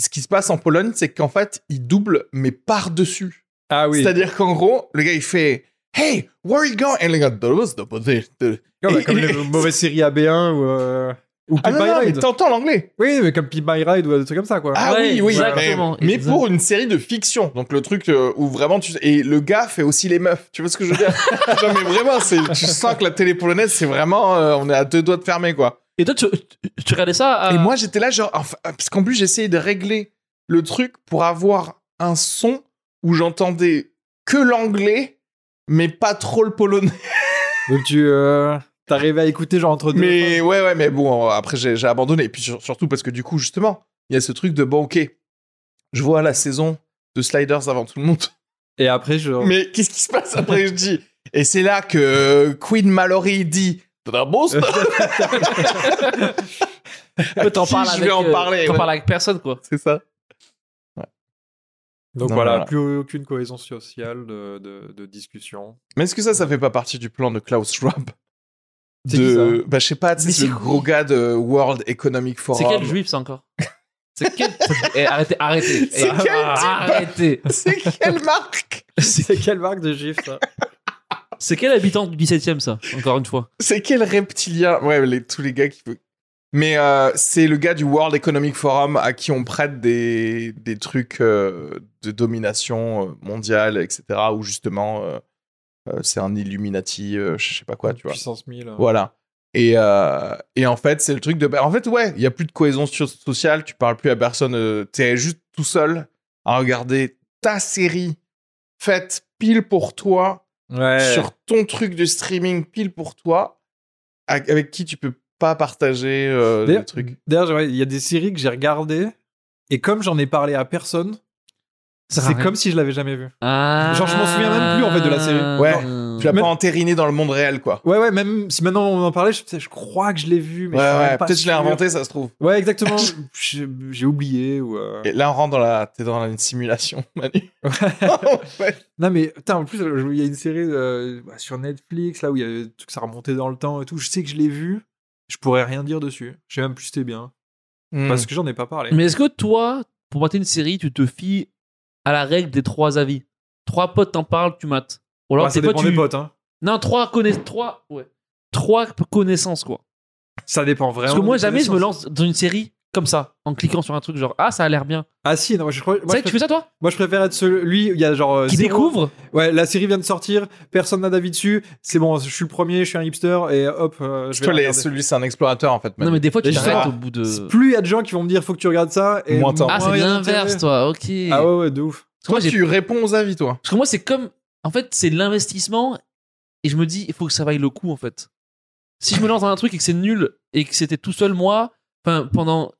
Speaker 1: ce qui se passe en Pologne, c'est qu'en fait, ils doublent, mais par-dessus.
Speaker 2: Ah oui.
Speaker 1: C'est-à-dire qu'en gros, le gars, il fait Hey, where are you going? Et le gars,
Speaker 2: Comme,
Speaker 1: Et-
Speaker 2: comme les mauvaises séries AB1 ou. euh, Ou
Speaker 1: Ah
Speaker 2: Pip
Speaker 1: non,
Speaker 2: My
Speaker 1: non, mais
Speaker 2: Ride.
Speaker 1: t'entends l'anglais.
Speaker 2: Oui, mais comme Pip My Ride ou des trucs comme ça, quoi.
Speaker 1: Ah
Speaker 3: Ouais,
Speaker 1: oui, oui,
Speaker 3: exactement.
Speaker 1: mais, mais
Speaker 3: Exactement.
Speaker 1: pour une série de fiction. Donc le truc euh, où vraiment tu et le gars fait aussi les meufs. Tu vois ce que je veux dire Non mais vraiment, c'est tu sens que la télé polonaise, c'est vraiment euh, on est à deux doigts de fermer quoi.
Speaker 3: Et toi, tu, tu- tu regardais ça à-
Speaker 1: Et moi j'étais là genre enfin, parce qu'en plus j'essayais de régler le truc pour avoir un son où j'entendais que l'anglais mais pas trop le polonais.
Speaker 2: Donc tu euh, t'arrives à écouter genre entre deux.
Speaker 1: Mais ouais ouais mais bon après j'ai j'ai abandonné et puis sur- surtout parce que du coup justement, il y a ce truc de bon OK. Je vois la saison de Sliders avant tout le monde.
Speaker 2: Et après, genre.
Speaker 1: Mais qu'est-ce qui se passe après Je dis. Et c'est là que euh, Queen Mallory dit. T'as un bon spot
Speaker 3: Ouais, t'en
Speaker 1: à qui
Speaker 3: parles
Speaker 1: je
Speaker 3: avec,
Speaker 1: vais en
Speaker 3: euh,
Speaker 1: parler,
Speaker 3: t'en
Speaker 1: ouais.
Speaker 3: parles avec personne, quoi.
Speaker 1: C'est ça.
Speaker 2: Donc
Speaker 1: Non,
Speaker 2: voilà,
Speaker 1: voilà.
Speaker 2: plus aucune cohésion sociale de, de, de discussion.
Speaker 1: Mais est-ce que ça, ça fait pas partie du plan de Klaus Schwab
Speaker 2: C'est qui, ça
Speaker 1: De. Bah, je sais pas, tu sais,
Speaker 3: Mais
Speaker 1: c'est
Speaker 3: c'est
Speaker 1: le gros gars de World Economic
Speaker 3: C'est
Speaker 1: Forum.
Speaker 3: quel juif, ça, encore C'est quel. Eh, arrêtez, arrêtez.
Speaker 1: C'est
Speaker 3: Eh,
Speaker 1: quel type
Speaker 3: Arrêtez.
Speaker 1: C'est quelle marque
Speaker 2: C'est quelle marque de gif ça
Speaker 3: C'est quel habitant du 17 e ça, encore une fois
Speaker 1: C'est quel reptilien Ouais, les- tous les gars qui. Mais euh, c'est le gars du World Economic Forum à qui on prête des, des trucs euh, de domination euh, mondiale, etc. Où justement, euh, euh, c'est un Illuminati, euh, je sais pas quoi, tu vois.
Speaker 2: Puissance 1000.
Speaker 1: Voilà. Et, euh, et en fait, c'est le truc de. bah, En fait, ouais, il n'y a plus de cohésion so- sociale, tu parles plus à personne, euh, t'es juste tout seul à regarder ta série faite pile pour toi,
Speaker 2: Ouais.
Speaker 1: sur ton truc de streaming pile pour toi, a- avec qui tu peux pas partager euh,
Speaker 2: D'ailleurs-
Speaker 1: le truc.
Speaker 2: D'ailleurs, j'aimerais- il y a des séries que j'ai regardées et comme j'en ai parlé à personne,
Speaker 3: Ça sert à
Speaker 2: c'est
Speaker 3: rien.
Speaker 2: comme si je l'avais jamais vu.
Speaker 3: Ah.
Speaker 2: Genre, je m'en souviens même plus, en fait, de la série.
Speaker 1: Ouais.
Speaker 3: Non.
Speaker 1: Tu l'as
Speaker 2: Même-
Speaker 1: pas entériné dans le monde réel, quoi.
Speaker 2: Ouais, ouais, même si maintenant on en parlait, je, je crois que je l'ai vu, mais
Speaker 1: ouais,
Speaker 2: je suis
Speaker 1: ouais,
Speaker 2: même pas
Speaker 1: peut-être que je l'ai
Speaker 2: sûr.
Speaker 1: inventé, ça se trouve.
Speaker 2: Ouais, exactement. J'ai j'ai oublié ou. euh,
Speaker 1: Et là, on rentre dans la. T'es dans une simulation, Manu. En fait.
Speaker 2: Non, mais putain, en plus, euh, il y a une série euh, bah, sur Netflix, là où il y avait tout que ça remontait dans le temps et tout. Je sais que je l'ai vu, je pourrais rien dire dessus. Je sais même plus si c'était bien
Speaker 1: Hmm.
Speaker 2: parce que j'en ai pas parlé.
Speaker 3: Mais est-ce que toi, pour mater une série, tu te fies à la règle des trois avis Trois potes t'en parlent, tu mates. Ou alors
Speaker 2: Bah, ça
Speaker 3: tes potes,
Speaker 2: dépend
Speaker 3: tu-
Speaker 2: des potes, hein.
Speaker 3: Non, trois connaissances. Trois, ouais. trois connaissances, quoi.
Speaker 2: Ça dépend vraiment.
Speaker 3: Parce que moi,
Speaker 2: des
Speaker 3: jamais je me
Speaker 2: connaissances.
Speaker 3: lance dans une série comme ça, en cliquant sur un truc genre Ah, ça a l'air bien.
Speaker 2: Ah si, non, moi je, crois- moi,
Speaker 3: C'est vrai
Speaker 2: je
Speaker 3: que tu
Speaker 2: préfère,
Speaker 3: fais ça, toi
Speaker 2: moi, je préfère être celui. Il y a genre. euh,
Speaker 3: Qui
Speaker 2: zéro-
Speaker 3: découvre
Speaker 2: Ouais, la série vient de sortir, personne n'a d'avis dessus. C'est bon, je suis le premier, je suis un hipster et hop. euh, je vais
Speaker 1: Toi, les-
Speaker 2: regarder.
Speaker 1: celui, c'est un explorateur, en fait. Manu.
Speaker 3: Non, mais des fois, tu
Speaker 2: Mais je
Speaker 3: t'arrêtes
Speaker 1: sais
Speaker 3: au bout de.
Speaker 2: C'est- Plus il y a de gens qui vont me dire faut que tu regardes ça. Et
Speaker 1: Euh, Moins t'en-
Speaker 3: Ah, c'est
Speaker 2: il y a
Speaker 3: l'inverse,
Speaker 2: d'intérêt.
Speaker 3: toi, ok.
Speaker 2: Ah ouais, ouais, de ouf.
Speaker 3: Parce que
Speaker 1: Toi,
Speaker 3: moi, j'ai-
Speaker 1: tu réponds aux avis, toi.
Speaker 3: Parce que moi, c'est comme. En fait, c'est de l'investissement et je me dis, il faut que ça vaille le coup, en fait. Si je me lance dans un truc et que c'est nul et que c'était tout seul, moi, enfin, pendant.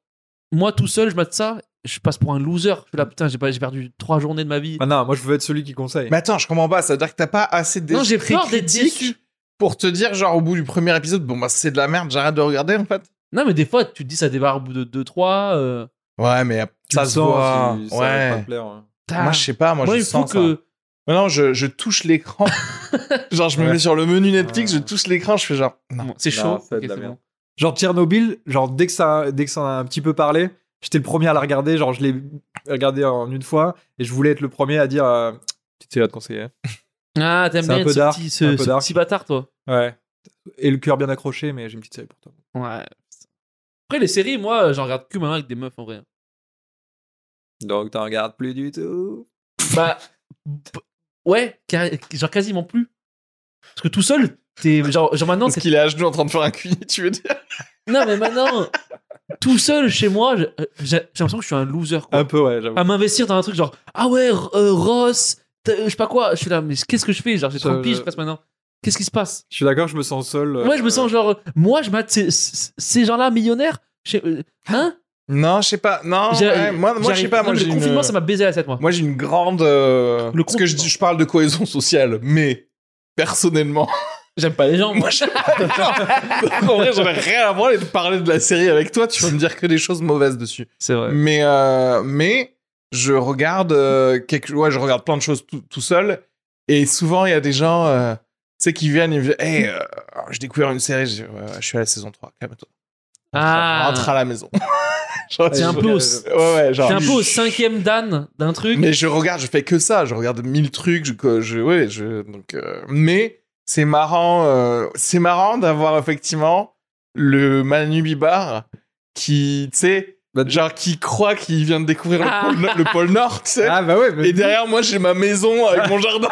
Speaker 3: Moi, tout seul, je mate ça, je passe pour un loser. Je suis là, putain, j'ai pas- j'ai perdu trois journées de ma vie.
Speaker 2: Ah non, moi je veux être celui qui conseille.
Speaker 1: Mais attends, je comprends pas. Ça veut dire que t'as pas assez de
Speaker 3: Non, j'ai peur d'être déçu.
Speaker 1: pour te dire, genre, au bout du premier épisode, bon, bah, c'est de la merde, j'arrête de regarder, en fait.
Speaker 3: Non, mais des fois, tu te dis, ça débarre au bout de euh, 2-3.
Speaker 1: Ouais, mais
Speaker 2: Tu
Speaker 1: ça
Speaker 2: le
Speaker 1: se
Speaker 2: sens
Speaker 1: voit.
Speaker 2: si ça va pas
Speaker 1: ouais.
Speaker 2: te plaire, hein.
Speaker 1: Moi, je sais pas, moi, je
Speaker 3: il faut
Speaker 1: sens ça.
Speaker 3: que.
Speaker 1: Mais Non, je, je touche l'écran. genre, je me
Speaker 2: Ouais.
Speaker 1: mets sur le menu Netflix, je
Speaker 2: Ouais.
Speaker 1: touche l'écran, je fais genre. Non.
Speaker 3: Bon, c'est
Speaker 2: Non,
Speaker 3: chaud.
Speaker 2: ça va
Speaker 3: ok,
Speaker 2: être de la
Speaker 3: c'est
Speaker 2: merde.
Speaker 3: bon.
Speaker 2: Genre Tchernobyl, genre dès que ça, dès que ça en a un petit peu parlé, j'étais le premier à la regarder. Genre je l'ai regardé en une fois et je voulais être le premier à dire. euh, Petite série à te conseiller.
Speaker 3: Ah, t'aimes
Speaker 2: C'est un
Speaker 3: bien
Speaker 2: peu
Speaker 3: ce
Speaker 2: dark,
Speaker 3: petit,
Speaker 2: un
Speaker 3: ce,
Speaker 2: peu
Speaker 3: ce
Speaker 2: dark.
Speaker 3: petit bâtard, toi.
Speaker 2: Ouais. Et le cœur bien accroché, mais j'ai une petite série pour toi.
Speaker 3: Ouais. Après, les séries, moi, euh, j'en regarde que maintenant avec des meufs, en vrai.
Speaker 2: Donc t'en regardes plus du tout.
Speaker 3: Bah, p- ouais, ca- genre quasiment plus. Parce que tout seul, t'es. Genre, genre maintenant,
Speaker 1: Parce
Speaker 3: t'es.
Speaker 1: qu'il est à genoux en train de faire un cuit, tu veux dire
Speaker 3: Non, mais maintenant, tout seul chez moi, je- euh, j'ai j'ai l'impression que je suis un loser, quoi.
Speaker 2: Un peu, ouais, j'avoue.
Speaker 3: À m'investir dans un truc genre, ah ouais, R- euh, Ross, t'as- euh, je sais pas quoi, je suis là, mais qu'est-ce que je fais Genre, j'ai
Speaker 2: Ça,
Speaker 3: trop pige,
Speaker 2: je-
Speaker 3: je passe maintenant. Qu'est-ce qui se passe
Speaker 2: Je suis d'accord, je me sens seul. euh,
Speaker 3: Moi, je me sens genre, euh, moi, je mate ces, ces- ces gens-là millionnaires. Je sais- euh, Hein
Speaker 1: Non, je sais pas. Non,
Speaker 3: J'ai-
Speaker 1: ouais, moi, moi je sais
Speaker 3: j'arrive-
Speaker 1: pas.
Speaker 3: non,
Speaker 1: Moi,
Speaker 3: mais
Speaker 1: j'ai
Speaker 3: le
Speaker 1: une- euh,
Speaker 3: confinement, ça m'a baisé la tête, moi.
Speaker 1: Moi, j'ai une grande. euh,
Speaker 3: Le
Speaker 1: Parce que je,
Speaker 3: confinement.
Speaker 1: dis- je parle de cohésion sociale, mais personnellement,
Speaker 3: J'aime pas les gens, moi.
Speaker 1: moi, je. en vrai, j'en ai rien à voir et de parler de la série avec toi, tu vas me dire que des choses mauvaises dessus.
Speaker 3: C'est vrai.
Speaker 1: Mais, euh, mais je regarde euh, quelque... ouais, je regarde plein de choses tout, tout seul. Et souvent, il y a des gens, euh, tu sais, qui viennent et me disent, hey, euh, j'ai découvert une série, je, dis, Ouais, ouais, je suis à la saison 3, calme-toi.
Speaker 3: Ah,
Speaker 1: Rentre à la maison. Genre,
Speaker 3: t'es un
Speaker 1: je- euh,
Speaker 3: peu au-
Speaker 1: Ouais, ouais, genre.
Speaker 3: t'es un peu au cinquième dan d'un truc.
Speaker 1: Mais je regarde, je fais que ça. Je regarde mille trucs. Je, que je- ouais, je, donc, euh, mais c'est marrant, euh, c'est marrant d'avoir effectivement le Manubibar qui, tu sais,
Speaker 2: Bah,
Speaker 1: genre qui croit qu'il vient de découvrir le,
Speaker 3: Ah.
Speaker 1: pôle, No- le pôle Nord, tu sais.
Speaker 2: Ah bah ouais, mais
Speaker 1: Et derrière moi, j'ai ma maison avec mon jardin.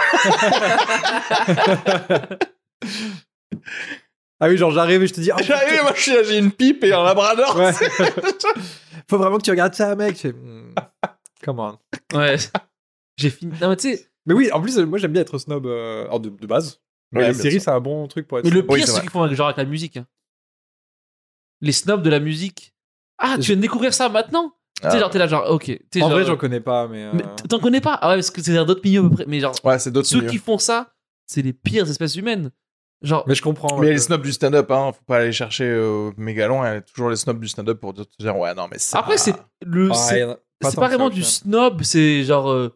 Speaker 2: Ah oui, genre j'arrive et je te dis. ah,
Speaker 1: J'arrive, moi, je suis là, j'ai une pipe et un labrador.
Speaker 2: Ouais. Faut vraiment que tu regardes ça, mec. Je fais, hmm, Come on.
Speaker 3: Ouais. J'ai fini. Non, mais tu sais,
Speaker 2: Mais oui, en plus, euh, moi j'aime bien être snob euh, alors de, de base. Mais
Speaker 1: Ouais,
Speaker 2: les
Speaker 1: bien
Speaker 2: séries,
Speaker 1: sûr.
Speaker 2: c'est un bon truc pour être.
Speaker 3: mais le
Speaker 2: snob.
Speaker 3: pire,
Speaker 1: Oui, c'est
Speaker 3: c'est
Speaker 1: vrai.
Speaker 3: ce qu'ils font avec, genre, avec la musique. hein. Les snobs de la musique. Ah, tu viens de découvrir ça maintenant Tu sais,
Speaker 1: Ah.
Speaker 3: genre, t'es là, genre, ok. Tu sais,
Speaker 2: En
Speaker 3: genre,
Speaker 2: vrai,
Speaker 3: euh,
Speaker 2: j'en connais pas, mais. euh,
Speaker 3: mais t- T'en connais pas Ah ouais, parce que c'est dans d'autres milieux à peu près. Mais genre,
Speaker 1: Ouais, c'est d'autres
Speaker 3: ceux
Speaker 1: milieux.
Speaker 3: qui font ça, c'est les pires espèces humaines. Genre,
Speaker 2: Mais je comprends.
Speaker 1: Mais
Speaker 2: ouais,
Speaker 1: les
Speaker 2: que-
Speaker 1: snobs du stand-up, hein, faut pas aller chercher euh, méga loin. hein, Toujours les snobs du stand-up pour te dire ouais, non, mais ça.
Speaker 3: après, c'est le.
Speaker 2: Ouais,
Speaker 3: c'est-
Speaker 2: Ah, y en a
Speaker 3: c'est
Speaker 2: tant
Speaker 3: pas
Speaker 2: que ça,
Speaker 3: vraiment
Speaker 2: au
Speaker 3: du
Speaker 2: final.
Speaker 3: snob, c'est genre. euh,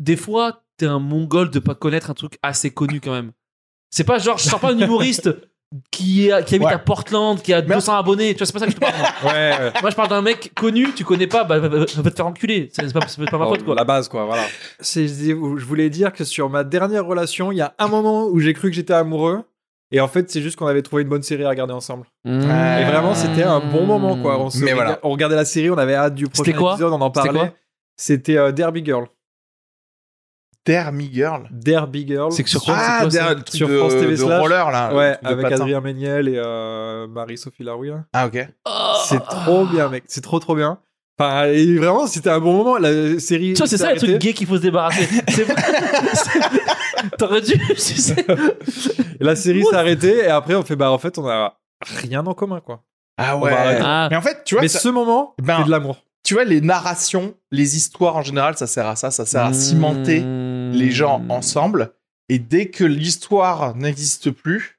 Speaker 3: des fois, t'es un mongol de pas connaître un truc assez connu quand même. C'est pas genre, je sors pas un humoriste qui, est, qui habite
Speaker 1: Ouais.
Speaker 3: à Portland, qui a
Speaker 1: Mais-
Speaker 3: 200 abonnés. Tu vois, c'est pas ça que je te parle. moi.
Speaker 2: Ouais, euh, ouais.
Speaker 3: Moi, je parle d'un mec connu, tu connais pas, bah, va, va- va te faire enculer. C'est c'est pas, c'est pas ma faute, quoi.
Speaker 2: Oh, La base, quoi, voilà. Je voulais dire que sur ma dernière relation, il y a un moment où j'ai cru que j'étais amoureux. Et en fait, c'est juste qu'on avait trouvé une bonne série à regarder ensemble.
Speaker 3: Euh,
Speaker 2: Et vraiment, c'était un bon moment, quoi. On, se
Speaker 1: Mais
Speaker 2: rega-
Speaker 1: voilà.
Speaker 2: on regardait la série, on avait hâte du prochain
Speaker 3: C'était quoi
Speaker 2: épisode, on en
Speaker 3: C'était
Speaker 2: parlait.
Speaker 3: quoi
Speaker 2: C'était euh, Derby Girl.
Speaker 1: Dermy Girl.
Speaker 2: Derby Girl.
Speaker 3: C'est que sur quoi,
Speaker 1: Ah,
Speaker 3: c'est quoi, ça
Speaker 1: derrière le truc
Speaker 2: Sur
Speaker 1: de,
Speaker 2: France TV
Speaker 1: de
Speaker 2: slash.
Speaker 1: roller là. le
Speaker 2: Ouais,
Speaker 1: truc de
Speaker 2: avec
Speaker 1: patin.
Speaker 2: Adrien Méniel et euh, Marie-Sophie Larouille. là.
Speaker 1: Ah, ok.
Speaker 3: Oh.
Speaker 2: C'est trop bien, mec. C'est trop, trop bien. Enfin, et vraiment, c'était un bon moment. La série.
Speaker 3: Tu vois, c'est
Speaker 2: s'est
Speaker 3: ça le truc
Speaker 2: arrêtée.
Speaker 3: gay qu'il faut se débarrasser. C'est pas- c'est- T'aurais dû. tu sais.
Speaker 2: La série s'est arrêtée. Et après, on fait, bah, en fait, on a rien en commun, quoi.
Speaker 1: Ah
Speaker 2: va
Speaker 1: ouais.
Speaker 2: arrêter.
Speaker 3: Ah.
Speaker 1: Mais en fait, tu vois,
Speaker 2: mais
Speaker 1: ça-
Speaker 2: ce moment,
Speaker 1: Ben,
Speaker 2: c'est de l'amour.
Speaker 1: tu vois, les narrations, les histoires en général, ça sert à ça. Ça sert à cimenter les
Speaker 3: Mmh.
Speaker 1: gens ensemble. Et dès que l'histoire n'existe plus,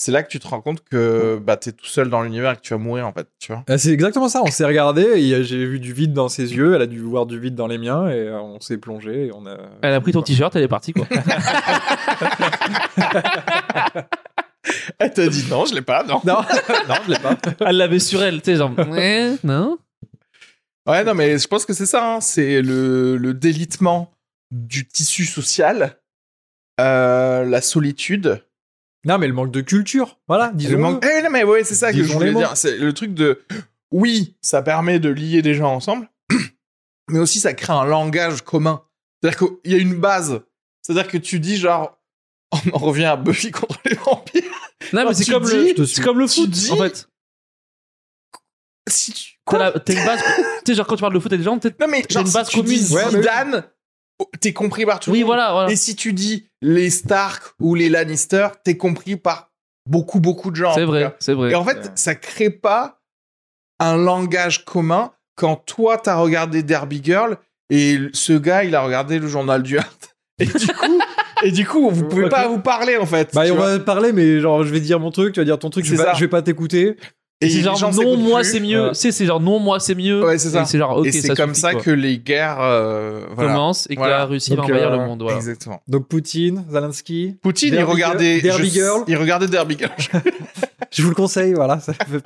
Speaker 1: c'est là que tu te rends compte que bah, t'es tout seul dans l'univers et que tu vas mourir en fait. Tu vois.
Speaker 2: Euh, C'est exactement ça. On s'est regardé. et, euh, J'ai vu du vide dans ses yeux. Elle a dû voir du vide dans les miens. Et euh, on s'est plongé. Et on a.
Speaker 3: Elle a pris ton t-shirt, elle est partie, quoi.
Speaker 1: Elle t'a dit non, je l'ai pas, non.
Speaker 2: Non, non, je l'ai pas.
Speaker 3: Elle l'avait sur elle, tu sais, genre. Ouais, non
Speaker 1: Ouais, non, mais je pense que c'est ça. hein. C'est le, le délitement du tissu social, euh, la solitude.
Speaker 2: Non, mais le manque de culture. Voilà.
Speaker 1: le
Speaker 2: Disons.
Speaker 1: manque. Eh, non, mais ouais, c'est ça que je
Speaker 2: Disons les
Speaker 1: voulais
Speaker 2: mots.
Speaker 1: dire. C'est le truc de. Oui, ça permet de lier des gens ensemble, mais aussi ça crée un langage commun. C'est-à-dire qu'il y a une base. C'est-à-dire que tu dis genre. On en revient à Buffy contre les vampires.
Speaker 3: Non, mais
Speaker 1: Oh,
Speaker 3: c'est
Speaker 1: tu
Speaker 3: comme,
Speaker 1: dis-
Speaker 3: le-
Speaker 1: je te
Speaker 3: c'est comme le
Speaker 1: Tu
Speaker 3: foot,
Speaker 1: dis-
Speaker 3: en fait.
Speaker 1: Si tu-
Speaker 3: T'as
Speaker 1: Quoi
Speaker 3: la- T'as une base. tu sais, genre, quand tu parles de foot avec des gens, peut-être.
Speaker 1: Non, mais
Speaker 3: J'ai
Speaker 1: genre,
Speaker 3: une
Speaker 1: si
Speaker 3: base
Speaker 1: tu dis
Speaker 3: commune.
Speaker 2: Ouais, mais oui.
Speaker 1: Zidane, oh, t'es compris par tout le
Speaker 3: Oui,
Speaker 1: monde.
Speaker 3: voilà, voilà.
Speaker 1: Et si tu dis les Stark ou les Lannister, t'es compris par beaucoup, beaucoup de gens.
Speaker 3: C'est
Speaker 1: en tout
Speaker 3: vrai,
Speaker 1: cas.
Speaker 3: c'est vrai.
Speaker 1: Et en
Speaker 2: Ouais.
Speaker 1: fait, ça crée pas un langage commun quand toi, t'as regardé Derby Girl et ce gars, il a regardé le journal du Hard. Et du coup, et du coup vous pouvez pas vous parler, en fait.
Speaker 2: Bah,
Speaker 1: tu
Speaker 2: on
Speaker 1: vois.
Speaker 2: va parler, mais genre, je vais dire mon truc, tu vas dire ton truc, je
Speaker 1: C'est
Speaker 2: vais, pas,
Speaker 1: ça.
Speaker 2: je vais pas t'écouter.
Speaker 1: Et
Speaker 3: c'est
Speaker 1: les
Speaker 3: genre
Speaker 1: gens
Speaker 3: non
Speaker 1: s'écoutent
Speaker 3: moi
Speaker 1: plus.
Speaker 3: c'est mieux
Speaker 2: Voilà.
Speaker 3: tu sais c'est genre non moi c'est mieux
Speaker 1: Ouais, c'est ça.
Speaker 3: Et c'est genre ok
Speaker 1: et c'est comme
Speaker 3: suffit,
Speaker 1: ça
Speaker 3: quoi.
Speaker 1: que les guerres euh, voilà.
Speaker 3: commence et que
Speaker 1: Voilà.
Speaker 3: la Russie
Speaker 2: Donc,
Speaker 3: va envahir
Speaker 2: euh,
Speaker 3: le monde voilà.
Speaker 1: Exactement.
Speaker 2: Donc, Poutine, Zelensky,
Speaker 1: Poutine,
Speaker 2: Derby
Speaker 1: il regardait
Speaker 2: Girl- Derby
Speaker 1: je-
Speaker 2: Girl.
Speaker 1: il regardait Derby Girl.
Speaker 2: je vous le conseille, voilà. Ça fait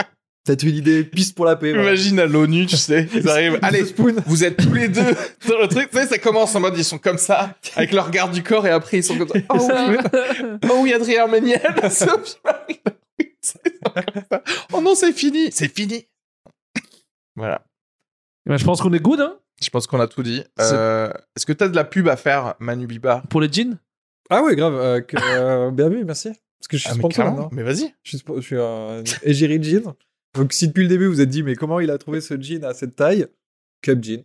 Speaker 2: peut-être une idée, piste pour la paix. voilà.
Speaker 1: Imagine à l'ONU, tu sais, ils arrivent. Allez,
Speaker 2: Spoon.
Speaker 1: vous êtes tous les deux dans le truc. Tu sais, ça commence en mode ils sont comme ça, avec leur regard du corps, et après ils sont comme ça. Oh oui, oh oui Adrien Méniel, Sophie Marie. Ils sont comme ça. Oh non, c'est fini, c'est fini. Voilà.
Speaker 3: Eh ben, je pense qu'on est good hein,
Speaker 1: Je pense qu'on a tout dit. Euh, Est-ce que t'as de la pub à faire, Manu Biba
Speaker 3: pour les jeans
Speaker 2: Ah oui, grave. Euh, que, euh, bien vu, merci. Parce que je suis
Speaker 1: Ah, mais
Speaker 2: sponsor
Speaker 1: clairement,
Speaker 2: maintenant.
Speaker 1: Mais vas-y.
Speaker 2: Je suis, spo- je suis un égérie de jean. Donc si depuis le début vous êtes dit mais comment il a trouvé ce jean à cette taille Cub jean.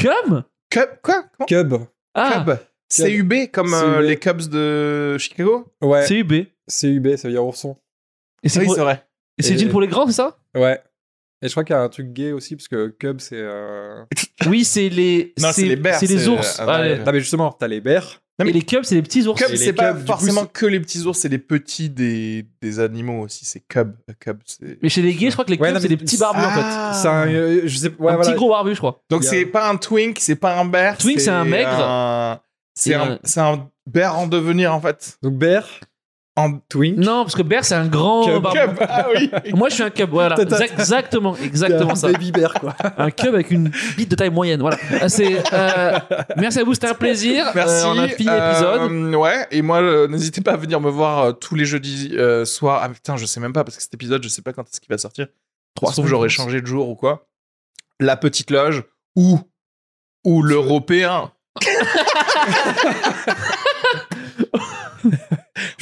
Speaker 3: comme
Speaker 1: Cub, quoi Comment
Speaker 2: Cub.
Speaker 3: ah
Speaker 1: Cub. CUB, comme euh,
Speaker 2: CUB.
Speaker 1: les Cubs de Chicago
Speaker 2: Ouais.
Speaker 3: c'est UB et
Speaker 2: CUB, ça veut dire ourson.
Speaker 3: c'est pour-
Speaker 1: Ah vrai.
Speaker 3: et c'est
Speaker 2: Et-
Speaker 3: les jeans pour les grands c'est ça
Speaker 2: Ouais. Et je crois qu'il y a un truc gay aussi parce que Cub c'est. euh,
Speaker 3: oui c'est les
Speaker 1: Non, c'est les bears,
Speaker 3: c'est
Speaker 1: c'est-
Speaker 3: les ours
Speaker 1: ah,
Speaker 3: Ouais.
Speaker 1: ouais.
Speaker 2: Non mais justement t'as les bears.
Speaker 1: Non, mais-
Speaker 3: et les cubs c'est les petits ours
Speaker 1: Cub,
Speaker 2: Et les
Speaker 1: c'est pas
Speaker 2: cubs, du coup,
Speaker 1: forcément
Speaker 2: c'est-
Speaker 1: que les petits ours, c'est les petits des, des animaux aussi. C'est cub. Un cub, c'est-
Speaker 3: mais chez les gays je crois que les
Speaker 2: Ouais,
Speaker 3: cubs
Speaker 2: non,
Speaker 3: c'est
Speaker 2: mais-
Speaker 3: des petits barbus en fait
Speaker 1: Ah.
Speaker 2: C'est un, euh, je sais. Ouais
Speaker 3: un
Speaker 2: voilà.
Speaker 3: petit gros barbu je crois
Speaker 1: Donc
Speaker 2: Il y a-
Speaker 1: c'est pas un twink, c'est pas un bear.
Speaker 3: Twink, c'est un maigre.
Speaker 1: un- C'est
Speaker 3: Et
Speaker 1: un,
Speaker 3: un-
Speaker 1: c'est un bear en devenir en fait.
Speaker 2: Donc bear.
Speaker 1: En
Speaker 2: Twink.
Speaker 3: Non, parce que Bear, c'est un grand.
Speaker 2: Cub.
Speaker 3: barbare.
Speaker 1: cube. Ah oui.
Speaker 3: Moi, je suis un cub, voilà.
Speaker 2: T'as- t'as-
Speaker 3: Exact- Exactement, exactement
Speaker 2: Un
Speaker 3: ça.
Speaker 2: Baby bear, quoi.
Speaker 3: Un cub avec une bite de taille moyenne, voilà. Ah, c'est, euh, merci à vous, c'était un plaisir.
Speaker 1: Merci.
Speaker 3: Euh, on a fini
Speaker 1: euh,
Speaker 3: l'épisode.
Speaker 1: ouais. Et moi, euh, n'hésitez pas à venir me voir euh, tous les jeudis euh, soir. Ah putain, je sais même pas parce que cet épisode, je sais pas quand est-ce qu'il va sortir. Trois. Sauf
Speaker 3: semaines,
Speaker 1: que j'aurais
Speaker 3: je pense.
Speaker 1: changé de jour ou quoi. La petite loge ou ou l'européen.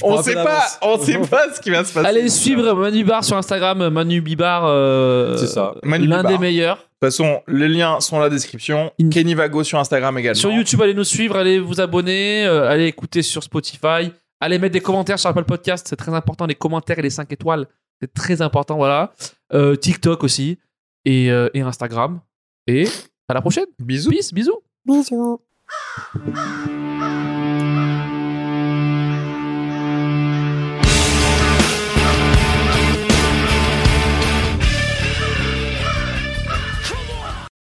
Speaker 1: on
Speaker 2: prends un
Speaker 1: sait
Speaker 2: peu
Speaker 1: pas,
Speaker 2: d'avance.
Speaker 1: on sait pas ce qui va se passer.
Speaker 3: Allez suivre Manu Bar sur Instagram, Manu Bibar. euh,
Speaker 2: C'est ça.
Speaker 1: Manu
Speaker 3: L'un
Speaker 1: Bibar.
Speaker 3: des meilleurs.
Speaker 1: De toute façon, les liens sont dans la description.
Speaker 3: In-
Speaker 1: Kenny Vago sur Instagram également.
Speaker 3: Sur YouTube, allez nous suivre, allez vous abonner, euh, allez écouter sur Spotify, allez mettre des commentaires sur Apple Podcast, c'est très important, les commentaires et les 5 étoiles, c'est très important, voilà. Euh, TikTok aussi, et, euh, et Instagram. Et à la prochaine.
Speaker 1: Bisous.
Speaker 3: Peace, bisous.
Speaker 5: Bisous.